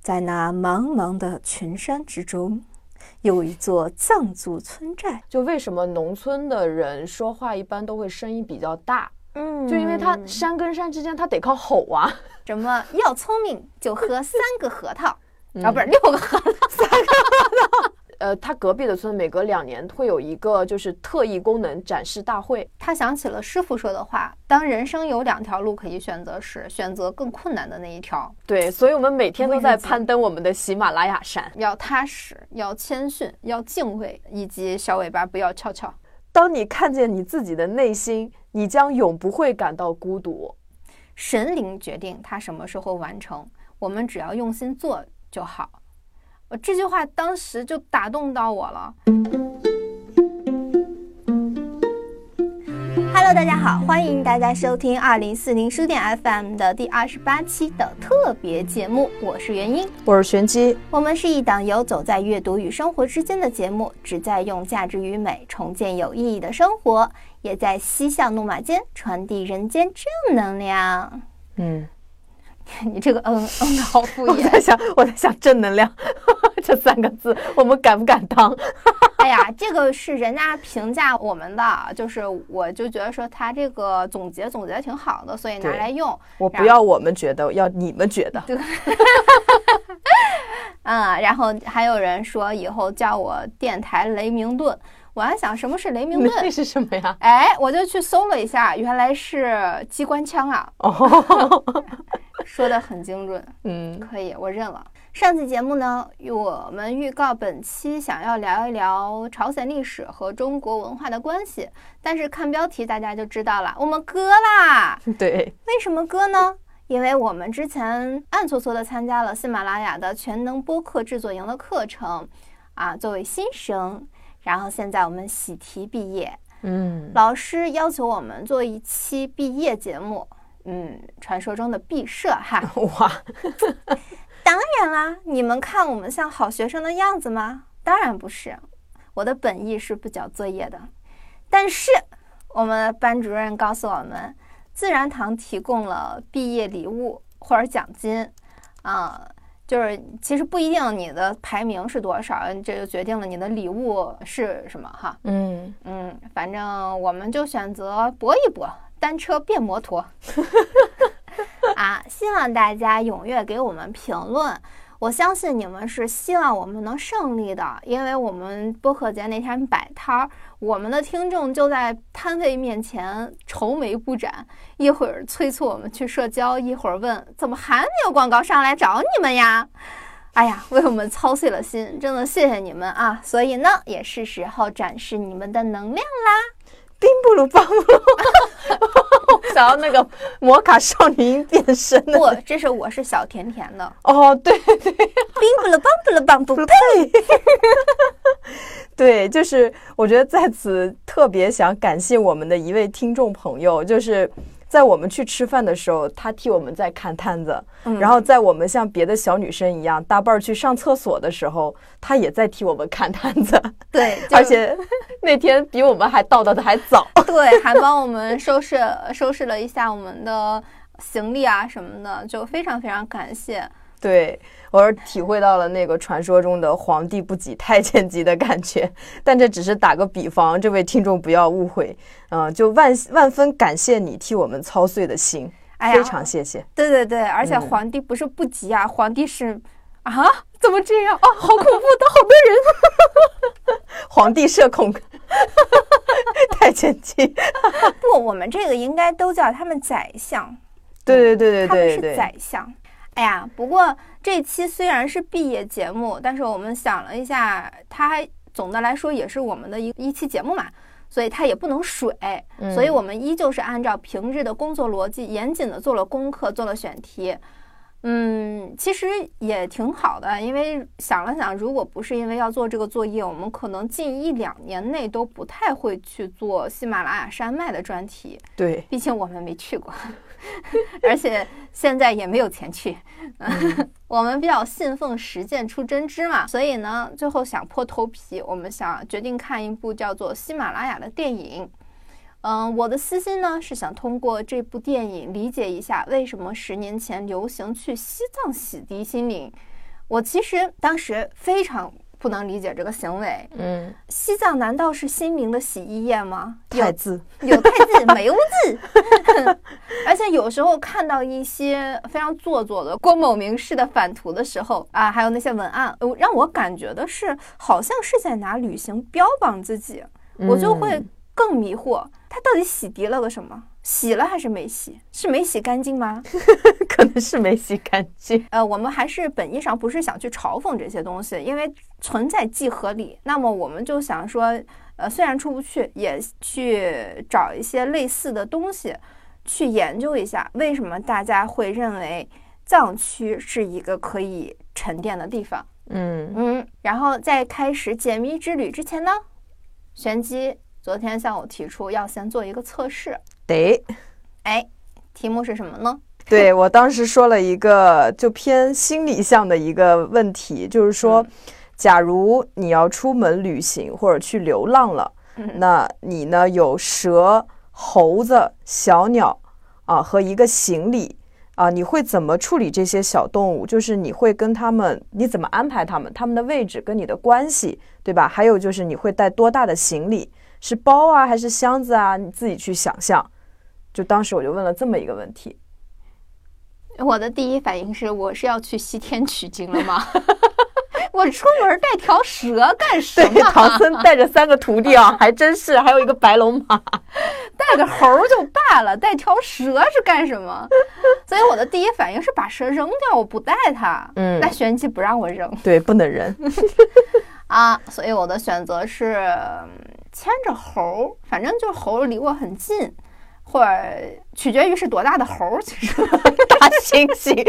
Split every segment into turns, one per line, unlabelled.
在那茫茫的群山之中，有一座藏族村寨。
就为什么农村的人说话一般都会声音比较大，
嗯
就因为他山跟山之间他得靠吼啊。
什么要聪明就喝三个核桃，啊，不是六个核桃，三个。
呃，他隔壁的村每隔两年会有一个就是特异功能展示大会，
他想起了师傅说的话：当人生有两条路可以选择时，选择更困难的那一条。
对，所以我们每天都
为
在
自己
攀登我们的喜马拉雅山。
要踏实，要谦逊，要敬畏，以及小尾巴不要翘翘。
当你看见你自己的内心，你将永不会感到孤独。
神灵决定它什么时候完成，我们只要用心做就好。我这句话当时就打动到我了。
Hello，大家好，
欢迎大家收听二零四零书店 FM 的第二十八期的特别节目，我是元英。
我是玄机，
我们是一档游走在阅读与生活之间的节目，旨在用价值与美重建有意义的生活，也在嬉笑怒骂间传递人间正能量。
嗯，
你这个嗯嗯的好敷
我在
衍。
想，我在想正能量 这三个字，我们敢不敢当？
哎呀，这个是人家评价我们的，就是我就觉得说他这个总结总结得挺好的，所以拿
对
来用。
我
然
不要我们觉得，要你们觉得。
嗯，然后还有人说以后叫我电台雷明顿，我还想什么是雷明顿？
那是什么呀？
哎，我就去搜了一下，原来是机关枪啊！
哦，
说的很精准，
嗯，
可以，我认了。上期节目呢，我们预告本期想要聊一聊朝鲜历史和中国文化的关系，但是看标题大家就知道了，我们割啦！
对，
为什么割呢？因为我们之前暗搓搓的参加了喜马拉雅的全能播客制作营的课程，啊，作为新生，然后现在我们喜提毕业，
嗯，
老师要求我们做一期毕业节目，嗯，传说中的毕设哈。
哇，
当然啦，你们看我们像好学生的样子吗？当然不是，我的本意是不交作业的，但是我们班主任告诉我们，自然堂提供了毕业礼物或者奖金，啊、就是其实不一定你的排名是多少，这就决定了你的礼物是什么哈。
嗯，
嗯，反正我们就选择搏一搏，单车变摩托。 啊，希望大家踊跃给我们评论。我相信你们是希望我们能胜利的，因为我们播客节那天摆摊儿，我们的听众就在摊位面前愁眉不展，一会儿催促我们去社交，一会儿问怎么还没有广告上来找你们呀？哎呀，为我们操碎了心，真的谢谢你们啊！所以呢，也是时候展示你们的能量。
冰布鲁邦布鲁，我 想要那个摩卡少女音变身的。
不，这是我是小甜甜的，
哦，对，
冰不了棒不了棒不配。
对，就是我觉得在此特别想感谢我们的一位听众朋友，就是在我们去吃饭的时候，他替我们在看摊子，
嗯
然后在我们像别的小女生一样搭伴儿去上厕所的时候，他也在替我们看摊子，
对，就
而且那天比我们还到的还早。
对，还帮我们收拾收拾了一下我们的行李啊什么的，就非常非常感谢。
对我是体会到了那个传说中的皇帝不急太监急的感觉， 但这只是打个比方，这位听众不要误会，嗯、就万万分感谢你替我们操碎的心，
哎呀，
非常谢谢。
对对对，而且
嗯
皇帝不是不急啊，皇帝是啊，怎么这样啊？好恐怖，的，好多人。
皇帝社恐， 太前期。
不，我们这个应该都叫他们宰相。
对对对对
他们
对
是
对，
宰相。哎呀，不过这期虽然是毕业节目，但是我们想了一下，它还总的来说也是我们的一一期节目嘛，所以它也不能水，
嗯
所以我们依旧是按照平日的工作逻辑，严谨的做了功课，做了选题。嗯，其实也挺好的，因为想了想，如果不是因为要做这个作业，我们可能近一两年内都不太会去做喜马拉雅山脉的专题。
对
毕竟我们没去过， 而且现在也没有钱去。 我们比较信奉实践出真知嘛，所以呢，最后想破头皮，我们想决定看一部叫做《喜马拉雅》的电影。嗯，我的私心呢是想通过这部电影理解一下为什么十年前流行去西藏洗涤心灵，我其实当时非常不能理解这个行为。
嗯，
西藏难道是新明的洗衣液吗？有
太字，
有太字 没污渍，而且有时候看到一些非常做作的郭某明式的反图的时候啊，还有那些文案，呃让我感觉的是好像是在拿旅行标榜自己，我就会更迷惑，他到底洗涤了个什么？洗了还是没洗？是没洗干净吗？
可能是没洗干净。
呃，我们还是本意上不是想去嘲讽这些东西，因为存在即合理。那么我们就想说，呃，虽然出不去，也去找一些类似的东西，去研究一下为什么大家会认为藏区是一个可以沉淀的地方。
嗯
嗯，然后在开始解谜之旅之前呢，玄机昨天向我提出要先做一个测试。
得，
哎，题目是什么呢？
对我当时说了一个就偏心理向的一个问题，就是说，假如你要出门旅行或者去流浪了，
嗯
那你呢有蛇、猴子、小鸟啊和一个行李。啊，你会怎么处理这些小动物？就是你会跟它们，你怎么安排它们，它们的位置跟你的关系，对吧？还有就是你会带多大的行李，是包啊还是箱子啊？你自己去想象。就当时我就问了这么一个问题，
我的第一反应是，我是要去西天取经了 吗？我出门带条蛇干什
对，
么？
唐僧带着三个徒弟 啊，还真是，还有一个白龙马。
带个猴儿就罢了， 带条蛇是干什么？所以我的第一反应是把蛇扔掉，我不带它。
嗯
但玄机不让我扔
对，不能扔。
啊，所以我的选择是嗯牵着猴儿，反正就是猴儿离我很近，或者取决于是多大的猴儿，其实。
大猩 猩，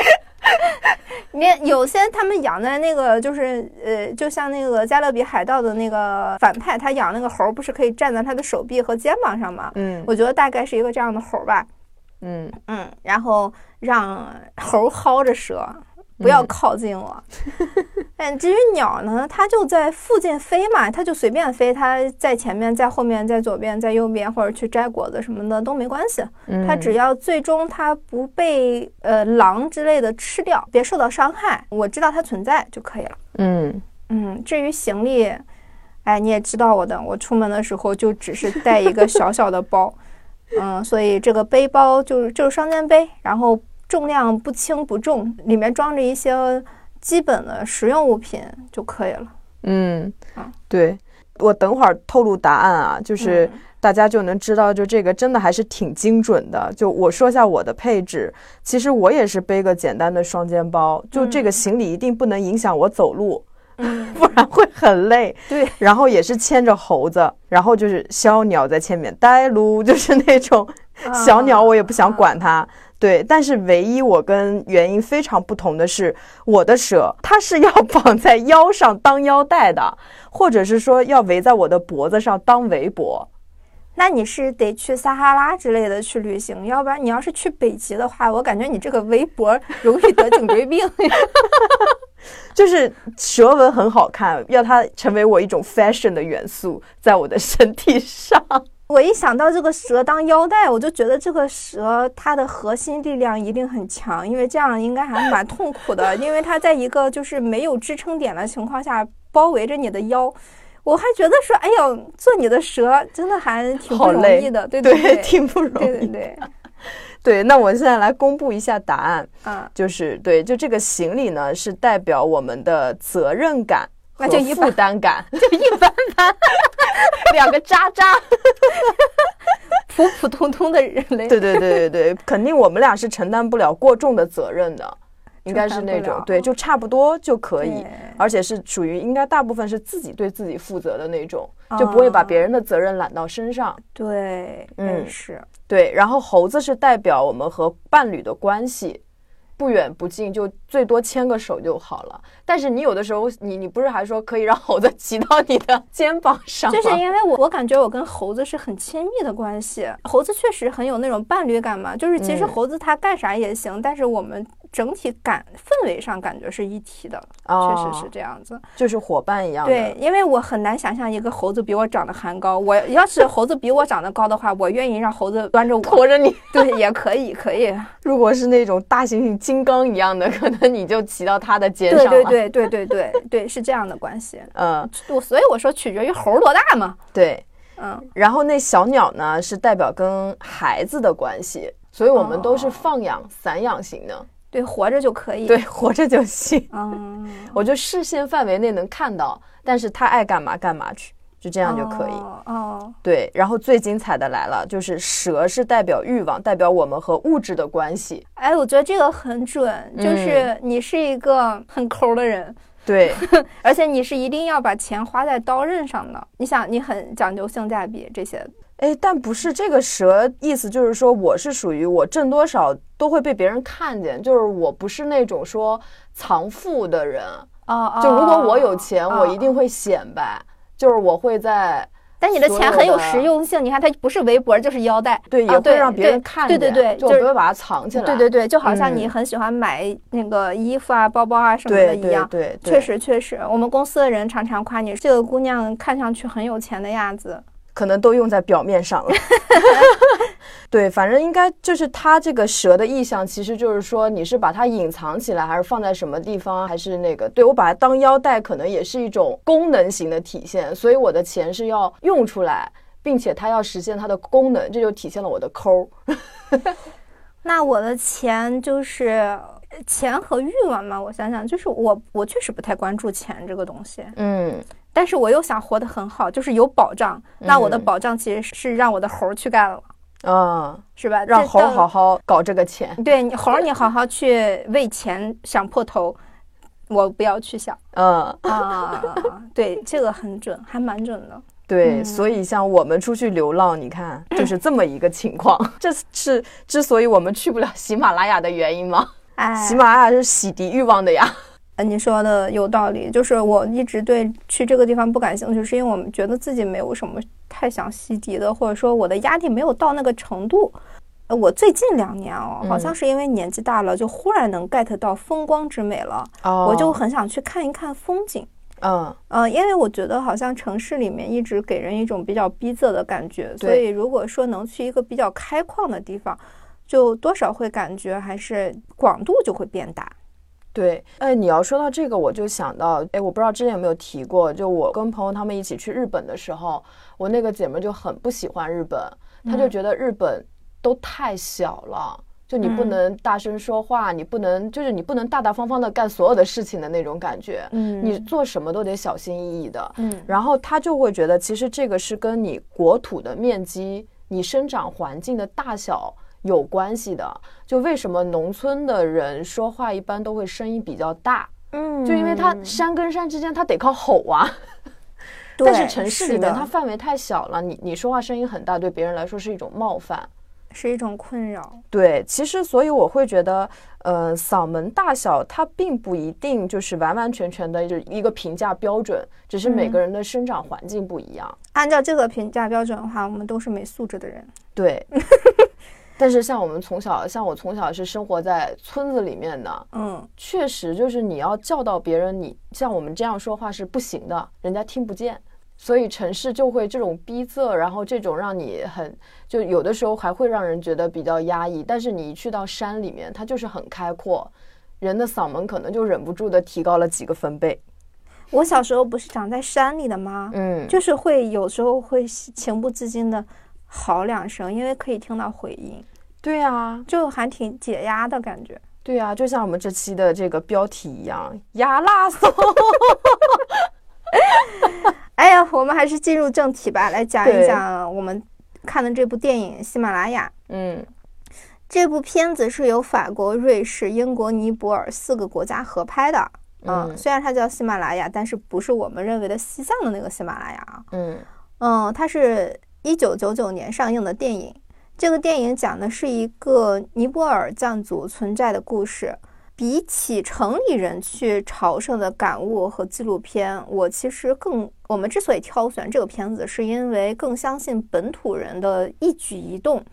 你有些他们养在那个就是呃，就像那个《加勒比海盗》的那个反派，他养那个猴儿不是可以站在他的手臂和肩膀上吗？
嗯
我觉得大概是一个这样的猴儿吧，
嗯，
嗯，然后让猴儿薅着蛇，不要靠近我。 但至于鸟呢，它就在附近飞嘛，它就随便飞，它在前面，在后面，在左边，在右边，或者去摘果子什么的都没关系。
嗯
它只要最终它不被呃狼之类的吃掉，别受到伤害，我知道它存在就可以了。
嗯
嗯，至于行李，哎，你也知道我的，我出门的时候就只是带 一个小小的包，嗯，所以这个背包就是就是双肩背，然后重量不轻不重，里面装着一些基本的实用物品就可以了。
嗯
啊，
对我等会儿透露答案啊，就是。
嗯
大家就能知道，就这个真的还是挺精准的。就我说下我的配置，其实我也是背个简单的双肩包，就这
嗯
个行李一定不能影响我走路，不然会很累。
对，
然后也是牵着猴子，然后就是小鸟在前面带路，就是那种
嗯
小鸟，我也不想管它。对，但是唯一我跟原因非常不同的是，我的蛇它是要 绑在腰上当腰带的，或者是说要围在我的脖子上当围脖。
那你是得去撒哈拉之类的去旅行，要不然你要是去北极的话，我感觉你这个围脖 容易得颈椎病。
就是蛇纹很好看，要它成为我一种 fashion 的元素，在我的身体上。
我一想到这个蛇当腰带，我就觉得这个蛇它的核心力量一定很强，因为这样应该还蛮痛苦的，因为它在一个就是没有支撑点的情况下包围着你的腰。我还觉得说，哎呦，做你的蛇真的还挺不
好
容
累
易的，对
对，
对对
挺不容易。
对对对，
对那我现在来公布一下答案，
啊，
就是对，就这个行李呢，是代表我们的责任感。
那就一般
负担 感，就一般般，两个渣渣。
普普通通的人类，
对对对对对，肯定我们俩是承担不了过重的责任的，应该是那
承担不
种
了
对，就差不多就可以
对，
而且是属于应该大部分是自己对自己负责的那种，
哦
就不会把别人的责任揽到身上。
对，
嗯
也是，
对，然后猴子是代表我们和伴侣的关系，不远不近，就最多牵个手就好了。但是你有的时候，你你不是还说可以让猴子骑到你的肩膀上吗？
就是因为我我感觉我跟猴子是很亲密的关系，猴子确实很有那种伴侣感嘛，就是其实
嗯
猴子它干啥也行，但是我们整体感氛围上感觉是一体的，
哦
确实是这样子。
就是伙伴一样的。
对，，因为我很难想象一个猴子比我长得还高。我要是猴子比我长得高的话，我愿意让猴子端着我。
驮着 你。
对，也可以，可 以。
如果是那种大猩猩、金刚一样的，可能你就骑到它的肩
对
上了。
对对对对对对，是这样的关系。
嗯，
我所以我说取决于猴儿多大嘛。
对。
嗯，
然后那小鸟呢，是代表跟孩子的关系，所以我们都是
哦
放养、散养型的，
对，活着就可以。
对，，活着就行。
嗯，
我就视线范围内能看到，但是它爱干嘛干嘛去，就这
这
样就可以。
哦，哦
对，然后最精彩的来了，就是蛇是代表欲望，代表我们和物质的关系。
哎，我觉得这个很准，就是你是一个很抠的人，
对
而且你是一定要把钱花在刀刃上的。你想，你很讲究性价比这些，
哎，但不是这个蛇意思，就是说我是属于我挣多少都会被别人看见，就是我不是那种说藏富的人。
哦哦
就如果我有钱，我一，
哦
定会显摆，就是我会在
但你的
所
钱
有
很有
的
实用性。你看，它不是围脖就是腰带，
对
啊
也会让别人
对
看
对
见，
对对，
就
就
我不
是
会把它藏起来。
对对对，就好像你
嗯
很喜欢买那个衣服啊、包包啊什么的
对
一
对
样。
对，对
确，实确实，我们公司的人常常夸你这个姑娘看上去很有钱的样子。
可能都用在表面上了。对，反正应该就是它这个蛇的意象，其实就是说你是把它隐藏起来，还是放在什么地方，还是那个？对我把它当腰带，可能也是一种功能型的体现，所以我的钱是要用出来，并且它要实现它的功能，这就体现了我的抠儿。
那我的钱就是呃钱和欲望嘛，我想想，就是我我确实不太关注钱这个东西，
嗯，
但是我又想活得很好，就是有保障。那我的
嗯
保障其实是让我的猴儿去干了，
啊，
是吧？
让
这
猴儿
到
好好搞这个钱。
对你猴儿，你好好去为钱想破头，我不要 去想
嗯，
啊。对，这个很准，还蛮准的。
对，
嗯
所以像我们出去流浪，你看就是这么一个情况。这是之所以我们去不了喜马拉雅的原因吗？
哎，
喜马拉雅是洗涤欲望的呀。
呃你说的有道理，就是我一直对去这个地方不感兴趣，是因为我们觉得自己没有什么太想洗涤的，或者说我的压力没有到那个程度。呃我最近两年哦，好像
嗯
是因为年纪大了，就忽然能 get 到风光之美了，
哦
我就很想去看一看风景。
嗯
呃，因为我觉得好像城市里面一直给人一种比较逼仄的感觉，所
对
以如果说能去一个比较开旷的地方，就多少会感觉还是广度就会变大。
对，哎，你要说到这个，我就想到，哎，我不知道之前有没有提过，就我跟朋友他们一起去日本的时候，我那个姐妹就很不喜欢日本，她就
嗯
觉得日本都太小了。就你不
嗯
能大声说话，你不能就是你不能大大方方的干所有的事情的那种感觉，
嗯
你做什么都得小心翼翼的。
嗯
然后他就会觉得，其实这个是跟你国土的面积、你生长环境的大小有关系的。就为什么农村的人说话一般都会声音比较大，
嗯，
就因为他山跟山之间他得靠吼啊。
对
但是城市里
是
面
的
它范围太小了，你你说话声音很大，对别人来说是一种冒犯。
是一种困扰。
对，其实所以我会觉得，呃，嗓门大小它并不一定就是完完全全的就是一个评价标准，只是每个人的生长环境不一样。
按照这个评价标准的话，我们都是没素质的人。
对，但是像我们从小，像我从小是生活在村子里面的，
嗯，
确实就是你要教导别人，你像我们这样说话是不行的，人家听不见。所以城市就会这种逼仄，然后这种让你很就有的时候还会让人觉得比较压抑。但是你一去到山里面，它就是很开阔，人的嗓门可能就忍不住的提高了几个分贝。
我小时候不是长在山里的吗？
嗯，
就是会有时候会情不自禁的嚎两声，因为可以听到回音，
对啊，
就还挺解压的感觉。
对啊，就像我们这期的这个标题一样，牙辣嗓。
哎呀，我们还是进入正题吧，来讲
对
一讲我们看的这部电影《喜马拉雅》。
嗯
这部片子是由法国、瑞士、英国、尼泊尔四个国家合拍的。
嗯
虽然它叫喜马拉雅，但是不是我们认为的西藏的那个喜马拉雅啊。
嗯
嗯，它是一九九九年上映的电影。这个电影讲的是一个尼泊尔藏族存在的故事。比起城里人去朝圣的感悟和纪录片，我其实更我们之所以挑选这个片子，是因为更相信本土人的一举一动。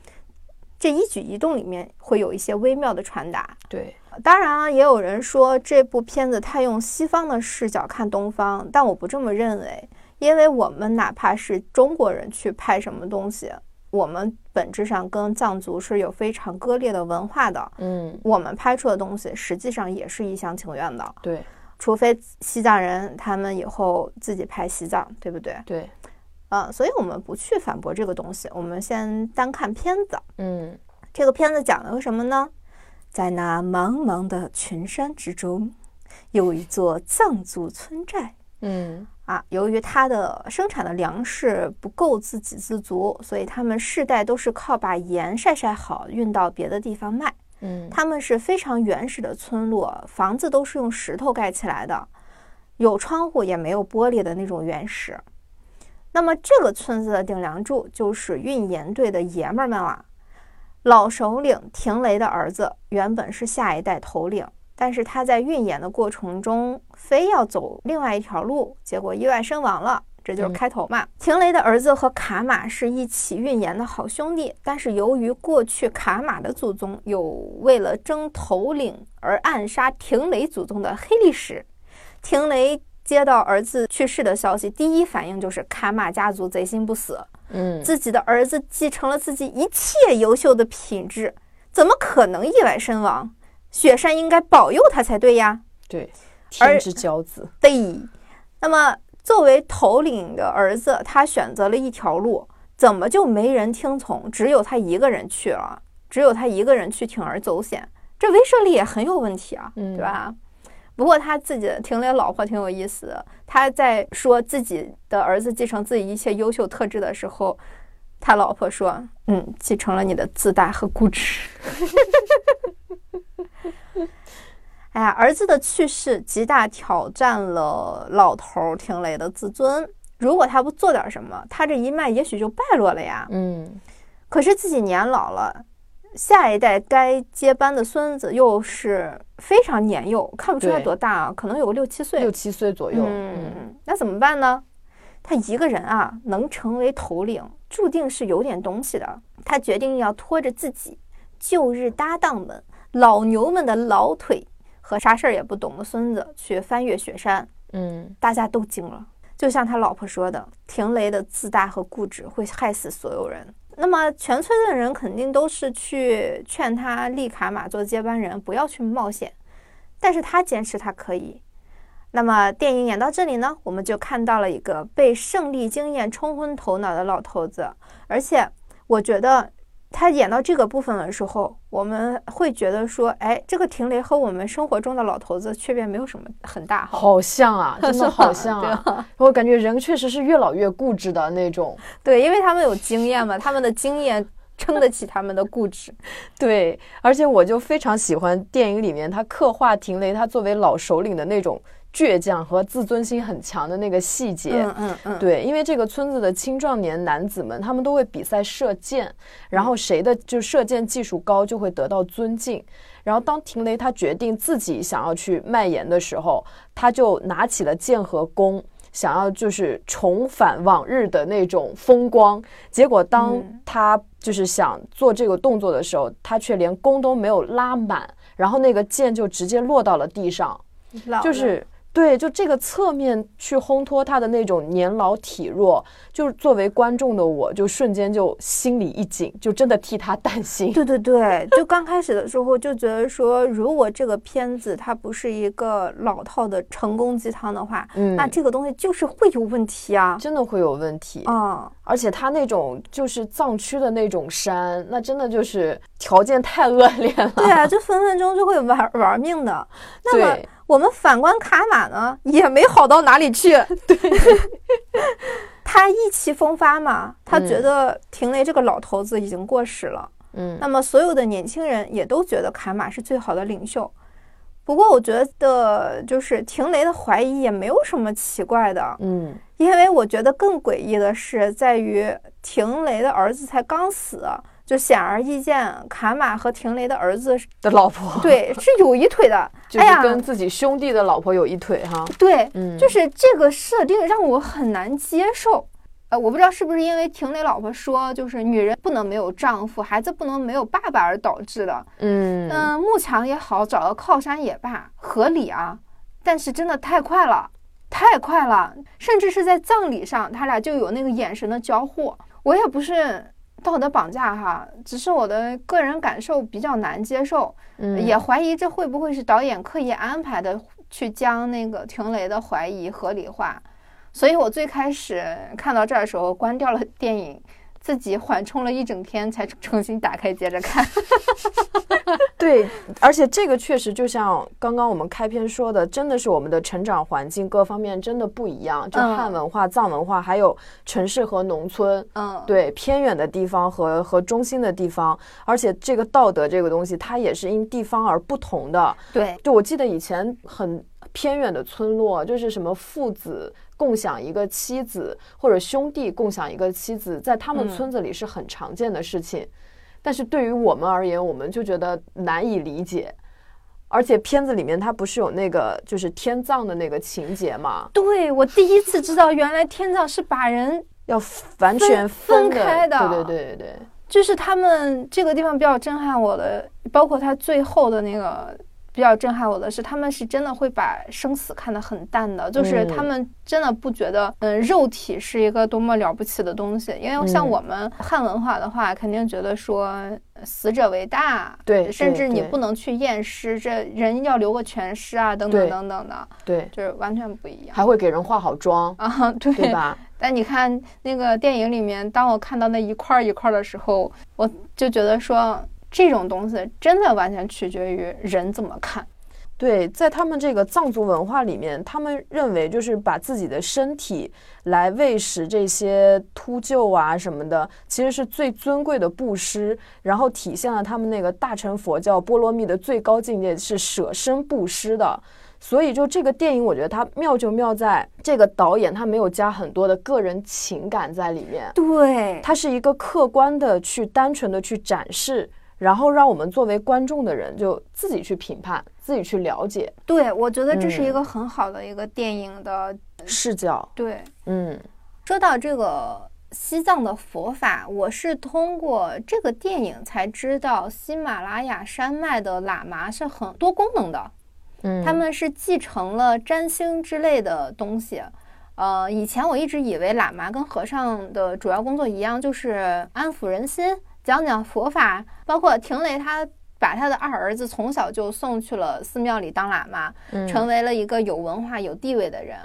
这一举一动里面会有一些微妙的传达，
对，
当然了，也有人说这部片子太用西方的视角看东方，但我不这么认为，因为我们哪怕是中国人去拍什么东西，我们本质上跟藏族是有非常割裂的文化的，
嗯，
我们拍出的东西实际上也是一厢情愿的，
对
除非西藏人他们以后自己拍西藏，对不对？
对，
嗯，所以我们不去反驳这个东西，我们先单看片子。
嗯
这个片子讲的是什么呢？在那茫茫的群山之中，有一座藏族村寨
嗯
啊。由于它的生产的粮食不够自给自足，所以他们世代都是靠把盐晒晒好，运到别的地方卖。
嗯
他们是非常原始的村落，房子都是用石头盖起来的，有窗户也没有玻璃的那种原始。那么这个村子的顶梁柱就是运盐队的爷们儿们啦。老首领廷雷的儿子原本是下一代头领，但是他在运盐的过程中非要走另外一条路，结果意外身亡了。这就是
嗯
开头嘛。廷雷的儿子和卡玛是一起运盐的好兄弟，但是由于过去卡玛的祖宗有为了争头领而暗杀廷雷祖宗的黑历史，廷雷接到儿子去世的消息，第一反应就是卡玛家族贼心不死，
嗯，
自己的儿子继承了自己一切优秀的品质，怎么可能意外身亡？雪山应该保佑他才对呀！
对，
而
天之骄子，
对，那么作为头领的儿子，他选择了一条路，怎么就没人听从？只有他一个人去了，只有他一个人去铤而走险，这威慑力也很有问题啊，
嗯
对吧？不过他自己廷雷老婆挺有意思的，他在说自己的儿子继承自己一切优秀特质的时候，他老婆说：“嗯，继承了你的自大和固执。” 哎呀，儿子的去世极大挑战了老头儿廷雷的自尊。如果他不做点什么，他这一脉也许就败落了呀。
嗯
可是自己年老了，下一代该接班的孙子又是非常年幼，看不出来
对
多大啊，可能有个六七岁。
六七岁左右，嗯
嗯，那怎么办呢？他一个人啊，能成为头领，注定是有点东西的。他决定要拖着自己旧日搭档们、老牛们的老腿和啥事儿也不懂的孙子去翻越雪山。
嗯
大家都惊了，就像他老婆说的，廷雷的自大和固执会害死所有人。那么全村的人肯定都是去劝他立卡玛做接班人，不要去冒险。但是他坚持他可以。那么电影演到这里呢，我们就看到了一个被胜利经验冲昏头脑的老头子，而且我觉得他演到这个部分的时候，我们会觉得说，哎，这个廷雷和我们生活中的老头子区别没有什么很大哈。
好像啊，真的好像
对
啊，我感觉人确实是越老越固执的那种。
对，因为他们有经验嘛，他们的经验撑得起他们的固执。
对，而且我就非常喜欢电影里面他刻画廷雷他作为老首领的那种倔强和自尊心很强的那个细节。
嗯嗯，
对，因为这个村子的青壮年男子们，他们都会比赛射箭，然
嗯
后谁的就射箭技术高就会得到尊敬。然后当廷雷他决定自己想要去卖盐的时候，他就拿起了剑和弓。想要就是重返往日的那种风光，结果当
嗯
他就是想做这个动作的时候，他却连弓都没有拉满，然后那个箭就直接落到了地上，
老
就
了
是对，就这个侧面去烘托他的那种年老体弱，就是作为观众的我，就瞬间就心里一紧，就真的替他担 心。
对对对，就刚开始的时候就觉得说，如果这个片子它不是一个老套的成功鸡汤的话，
嗯
那这个东西就是会有问题啊。
真的会有问题，
啊、
而且他那种就是藏区的那种山，那真的就是条件太恶劣 了。
对 啊，就分分钟就会玩玩命的。那么
对
我们反观卡玛呢，也没好到哪里去。对， 他意气风发嘛，他觉
嗯
得廷雷这个老头子已经过时了。
嗯
那么所有的年轻人也都觉得卡玛是最好的领袖。不过我觉得就是廷雷的怀疑也没有什么奇怪的，
嗯
因为我觉得更诡异的是在于廷雷的儿子才刚死，就显而易见卡玛和廷雷的儿子是
的老婆，，
对 是有一腿的。
就
哎呀
是，跟自己兄弟的老婆有一腿哈。
对，
嗯，
就是这个设定让我很难接受。呃，我不知道是不是因为廷磊老婆说，就是女人不能没有丈夫，孩子不能没有爸爸而导致的。
嗯
嗯，慕强也好，找个靠山也罢，合理啊。但是真的太快了，太快了，甚至是在葬礼上，他俩就有那个眼神的交互。我也不是道德绑架哈，只是我的个人感受比较难接受，
嗯
也怀疑这会不会是导演刻意安排的，去将那个廷雷的怀疑合理化。所以我最开始看到这儿的时候，关掉了电影，自己缓冲了一整天，才重新打开接着看。
对，而且这个确实就像刚刚我们开篇说的，真的是我们的成长环境各方面真的不一样，就
嗯
汉文化、藏文化，还有城市和农村，
嗯，
对偏远的地方和和中心的地方，而且这个道德这个东西，它也是因地方而不同的。
对，
就我记得以前很偏远的村落，就是什么父子共享一个妻子，或者兄弟共享一个妻子，在他们
嗯
村子里是很常见的事情。但是对于我们而言，我们就觉得难以理解。而且片子里面它不是有那个就是天葬的那个情节嘛，
对我第一次知道，原来天葬是把人，
要完全
分
的
开的
对对对对对，
就是他们这个地方比较震撼我的，包括他最后的那个比较震撼我的是，他们是真的会把生死看得很淡的，就是
嗯
他们真的不觉得，嗯，肉体是一个多么了不起的东西，因为像
嗯
我们汉文化的话，肯定觉得说呃死者为大，
对
甚
对
至你
对
不能去验尸，这人要留个全尸啊，等等
对
等等的，
对，
就是完全不一样
还会给人化好妆，
啊，对
对吧？
但你看那个电影里面，当我看到那一块儿一块儿的时候，我就觉得说，这种东西真的完全取决于人怎么看。
对，在他们这个藏族文化里面，他们认为就是把自己的身体来喂食这些秃鹫啊什么的，其实是最尊贵的布施，然后体现了他们那个大乘佛教波罗蜜的最高境界是舍身布施的。所以，就这个电影，我觉得它妙就妙在这个导演他没有加很多的个人情感在里面，
对，
它是一个客观的去单纯的去展示，然后让我们作为观众的人就自己去评判、自己去了解。
对，我觉得这是
嗯
一个很好的一个电影的。
视角，
对，
嗯
说到这个西藏的佛法，我是通过这个电影才知道，喜马拉雅山脉的喇嘛是很多功能的。
嗯
他们是继承了占星之类的东西。呃，以前我一直以为喇嘛跟和尚的主要工作一样，就是安抚人心，讲讲佛法。包括廷雷他把他的二儿子从小就送去了寺庙里当喇嘛，
嗯
成为了一个有文化、有地位的人。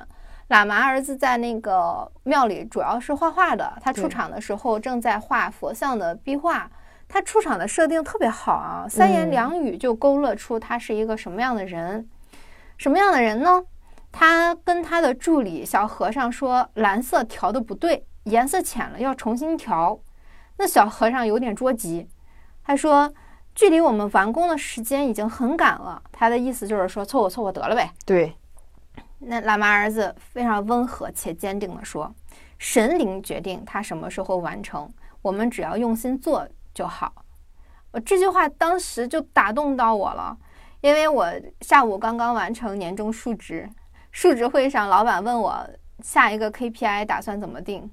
喇嘛儿子在那个庙里主要是画画的，他出
对
场的时候正在画佛像的壁画。他出场的设定特别好啊，三言
嗯
两语就勾勒出他是一个什么样的人。什么样的人呢？他跟他的助理小和尚说，蓝色调的不对，颜色浅了，要重新调。那小和尚有点着急，他说：“距离我们完工的时间已经很赶了。”他的意思就是说，凑合凑合得了呗。
对，
那喇嘛儿子非常温和且坚定地说：“神灵决定他什么时候完成，我们只要用心做就好。”我这句话当时就打动到我了，因为我下午刚刚完成年终述职，述职会上老板问我下一个 KPI 打算怎么定。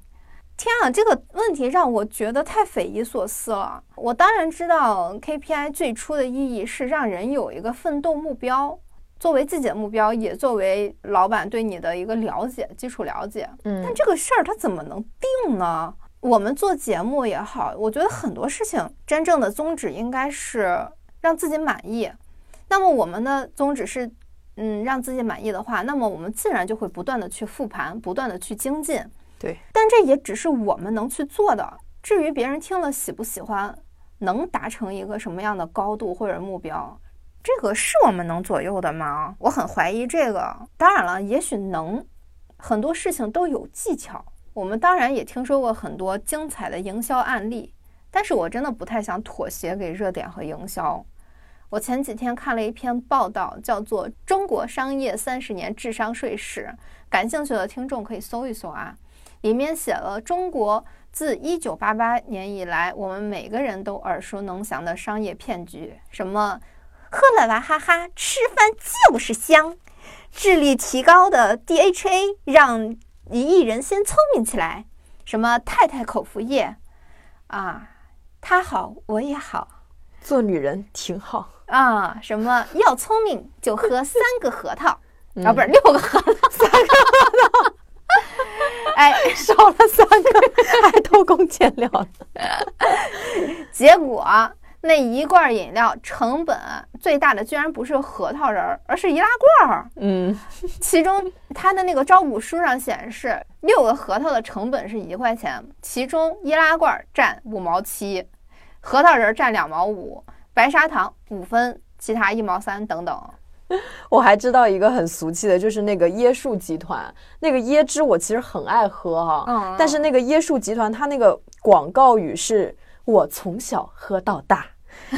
天啊，这个问题让我觉得太匪夷所思了。我当然知道 KPI 最初的意义是让人有一个奋斗目标，作为自己的目标，也作为老板对你的一个了解、基础了解。但
嗯
这个事儿它怎么能定呢？我们做节目也好，我觉得很多事情真正的宗旨应该是让自己满意。那么我们的宗旨是，嗯，让自己满意的话，那么我们自然就会不断的去复盘，不断的去精进。
对，
但这也只是我们能去做的。至于别人听了喜不喜欢，能达成一个什么样的高度或者目标，这个是我们能左右的吗？我很怀疑这个。当然了，也许能，很多事情都有技巧。我们当然也听说过很多精彩的营销案例，但是我真的不太想妥协给热点和营销。我前几天看了一篇报道，叫做《中国商业三十年智商税史》，感兴趣的听众可以搜一搜啊。里面写了中国自一九八八年以来，我们每个人都耳熟能详的商业骗局，什么
喝了娃哈哈，吃饭就是香。智力提高的 DHA 让一亿人先聪明起来，
什么太太口服液啊，他好我也好
做女人挺好，
啊，什么要聪明就喝三个核桃
嗯
啊，不是六个核桃，三个核桃。哎，
少了三个，还偷工减料呢。
结果那一罐饮料成本最大的居然不是核桃仁儿，而是易拉罐儿。
嗯，
其中它的那个招股书上显示，六个核桃的成本是一块钱，其中易拉罐占五毛七，核桃仁儿占两毛五，白砂糖五分，其他一毛三等等。
我还知道一个很俗气的，就是那个椰树集团那个椰汁，我其实很爱喝哈、
嗯
但是那个椰树集团它那个广告语是“我从小喝到大”。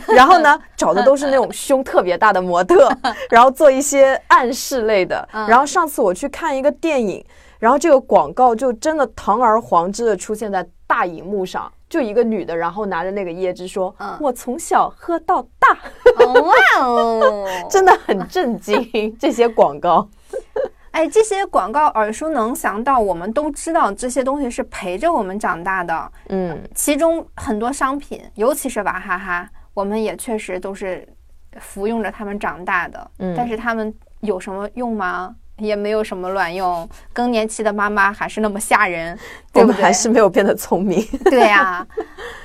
然后 呢，找的都是那种胸特别大的模特，然后做一些暗示类的。
嗯
然后上次我去看一个电影，然后这个广告就真的堂而皇之的出现在大荧幕上，就一个女的，然后拿着那个椰汁说：“
嗯
我从小喝到大。”
哦哇哦！
真的很震惊这些广告。
哎，这些广告耳熟能详到我们都知道这些东西是陪着我们长大的，
嗯，
其中很多商品，尤其是娃哈哈，我们也确实都是服用着它们长大的。
嗯
但是它们有什么用吗？也没有什么卵用。更年期的妈妈还是那么 吓人，
我
对不
们
对？
还是没有变得聪明。
对呀、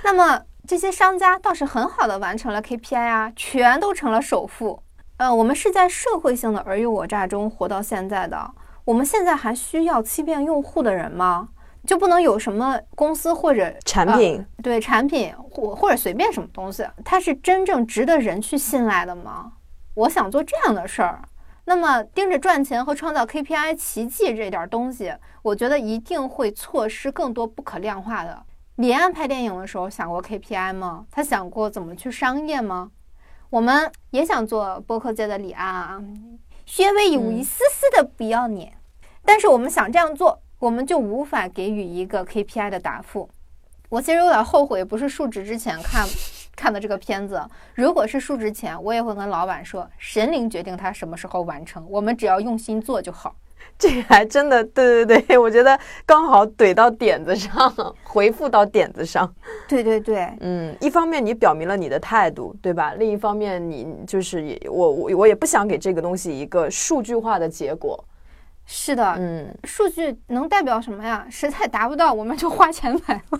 那么这些商家倒是很好的完成了 KPI 啊，全都成了首富。呃，我们是在社会性的尔虞我诈中活到现在的，我们现在还需要欺骗用户的人吗？就不能有什么公司或者
产品，
对产品或或者随便什么东西，它是真正值得人去信赖的吗？我想做这样的事儿，那么盯着赚钱和创造 KPI 奇迹这点儿东西，我觉得一定会错失更多不可量化的。李安拍电影的时候想过 KPI 吗？他想过怎么去商业吗？我们也想做播客界的李安啊，稍微有一丝丝的不要脸，但是我们想这样做，我们就无法给予一个 KPI 的答复。我其实有点后悔，不是述职之前看看的这个片子。如果是述职前，我也会跟老板说，神灵决定它什么时候完成，我们只要用心做就好。
这个还真的，对对对，我觉得刚好怼到点子上，回复到点子上。
对对对，
嗯，一方面你表明了你的态度，对吧？另一方面你就是也我我我也不想给这个东西一个数据化的结果。
是的，
嗯，
数据能代表什么呀？实在达不到，我们就花钱 买吧。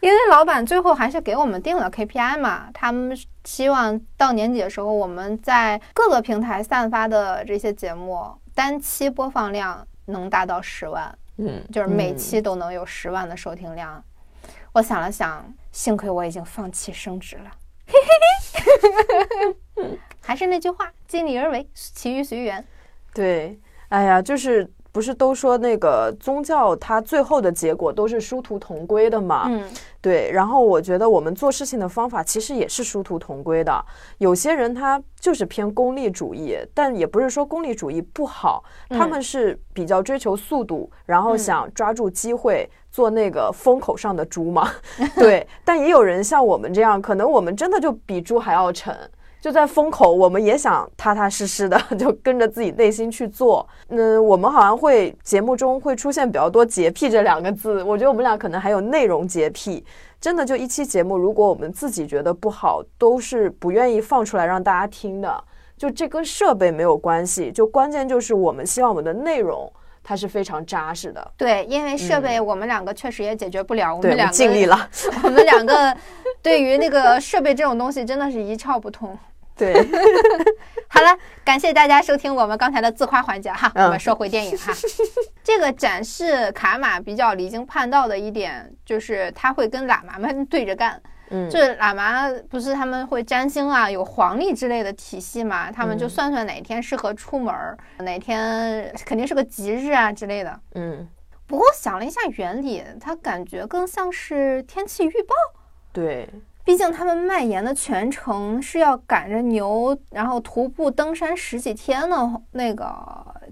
因为老板最后还是给我们定了 KPI 嘛，他们希望到年底的时候，我们在各个平台散发的这些节目单期播放量能达到十万。
嗯，
就是每
嗯
期都能有十万的收听量。我想了想，幸亏我已经放弃升职了， 嘿嘿嘿。还是那句话，尽力而为，其余随缘。
对，哎呀，就是不是都说那个宗教它最后的结果都是殊途同归的嘛？
嗯，
对，然后我觉得我们做事情的方法其实也是殊途同归的。有些人他就是偏功利主义，但也不是说功利主义不好，他
嗯
们是比较追求速度，然后想抓住机会做那个风口上的猪嘛。 对，但也有人像我们这样，可能我们真的就比猪还要沉。就在风口，我们也想踏踏实实的， 就跟着自己内心去做。嗯，我们好像会节目中会出现比较多“洁癖”这两个字，我觉得我们俩可能还有内容洁癖。真的，就一期节目，如果我们自己觉得不好，都是不愿意放出来让大家听的。就这跟设备没有关系，就关键就是我们希望我们的内容它是非常扎实的。
对，因为设备我们两个确实也解决不了，我
嗯对，我
们两
们
个
尽力， 了。
我们两个对于那个设备这种东西真的是一窍不通。
对，
好了，感谢大家收听我们刚才的自夸环节哈。
嗯
我们说回电 影哈，这个展示卡玛比较离经叛道的一点就是他会跟喇嘛们对着干，
嗯
就是喇嘛不是他们会占星啊，有黄历之类的体系
嗯
嘛，他们就算算哪天适合出门儿，哪天肯定是个吉日啊之类的。
嗯，
不过想了一下原理，它感觉更像是天气预报。
对，
毕竟他们卖盐的全程是要赶着牛，然后徒步登山十几天的那个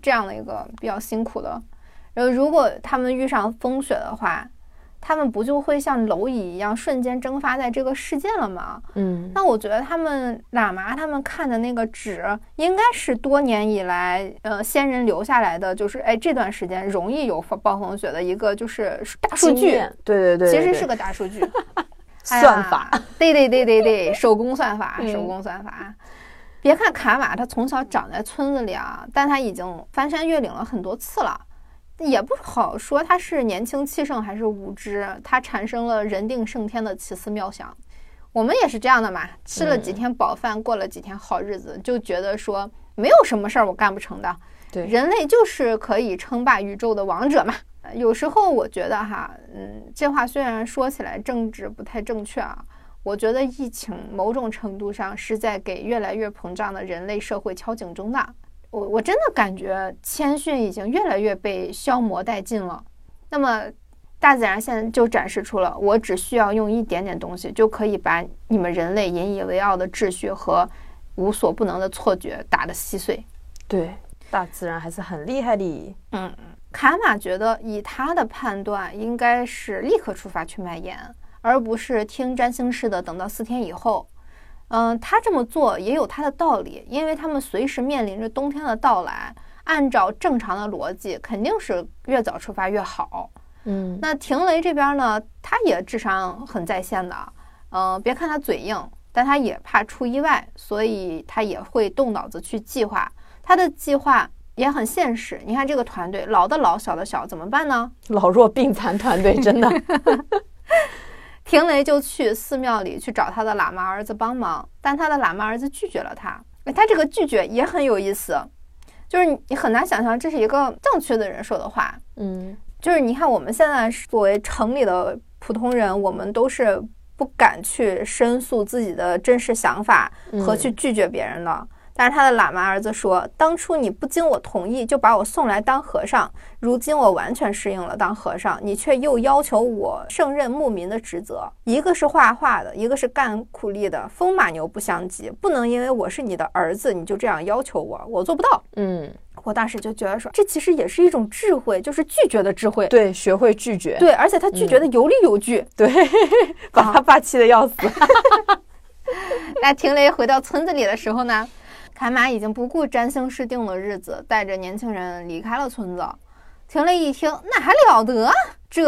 这样的一个比较辛苦的。然后如果他们遇上风雪的话，他们不就会像蝼蚁一样瞬间蒸发在这个世界了吗？
嗯，
那我觉得他们喇嘛他们看的那个纸，应该是多年以来，呃，先人留下来的，就是哎这段时间容易有暴风雪的一个就是大数
经
据，
验，对对对，
其
对
实
对
是个大数据哎呀
算法，
对对对对对， 手工算法，
嗯
手工算法。别看卡玛他从小长在村子里啊，但他已经翻山越岭了很多次了，也不好说他是年轻气盛还是无知，他产生了人定胜天的奇思妙想。我们也是这样的嘛，吃了几
嗯
天饱饭，过了几天好日子，就觉得说没有什么事儿我干不成的。
对
人类就是可以称霸宇宙的王者嘛。呃有时候我觉得哈，嗯，这话虽然说起来政治不太正确啊，我觉得疫情某种程度上是在给越来越膨胀的人类社会敲警钟的。我我真的感觉谦逊已经越来越被消磨殆尽了。那么，大自然现在就展示出了，我只需要用一点点东西，就可以把你们人类引以为傲的秩序和无所不能的错觉打得稀碎。
对，大自然还是很厉害的。
卡玛觉得，以他的判断，应该是立刻出发去卖盐，而不是听占星师的等到四天以后。嗯，他这么做也有他的道理，因为他们随时面临着冬天的到来。按照正常的逻辑，肯定是越早出发越好。
嗯，
那廷雷这边呢，他也智商很在线的，嗯、别看他嘴硬，但他也怕出意外，所以他也会动脑子去计划。他的计划也很现实，你看这个团队老的老，小的小，怎么办呢？
老弱病残团队真 的，
廷雷就去寺庙里去找他的喇嘛儿子帮忙，但他的喇嘛儿子拒绝了他。哎，他这个拒绝也很有意思，就是你你很难想象这是一个正确的人说的话，
嗯，
就是你看，我们现在是作为城里的普通人，我们都是不敢去申诉自己的真实想法和去拒绝别人的。但是他的喇嘛儿子说，当初你不经我同意就把我送来当和尚，如今我完全适应了当和尚，你却又要求我胜任牧民的职责。一个是画画的，一个是干苦力的，风马牛不相及，不能因为我是你的儿子你就这样要求我，我做不到。
嗯，
我当时就觉得说，这其实也是一种智慧，就是拒绝的智慧。
对，学会拒绝，
对，啊而且他拒绝的有理有据。
对，把他爸气的要死。
那廷雷回到村子里的时候呢，卡玛已经不顾占星师定的日子，带着年轻人离开了村子。廷雷一听，那还了得！这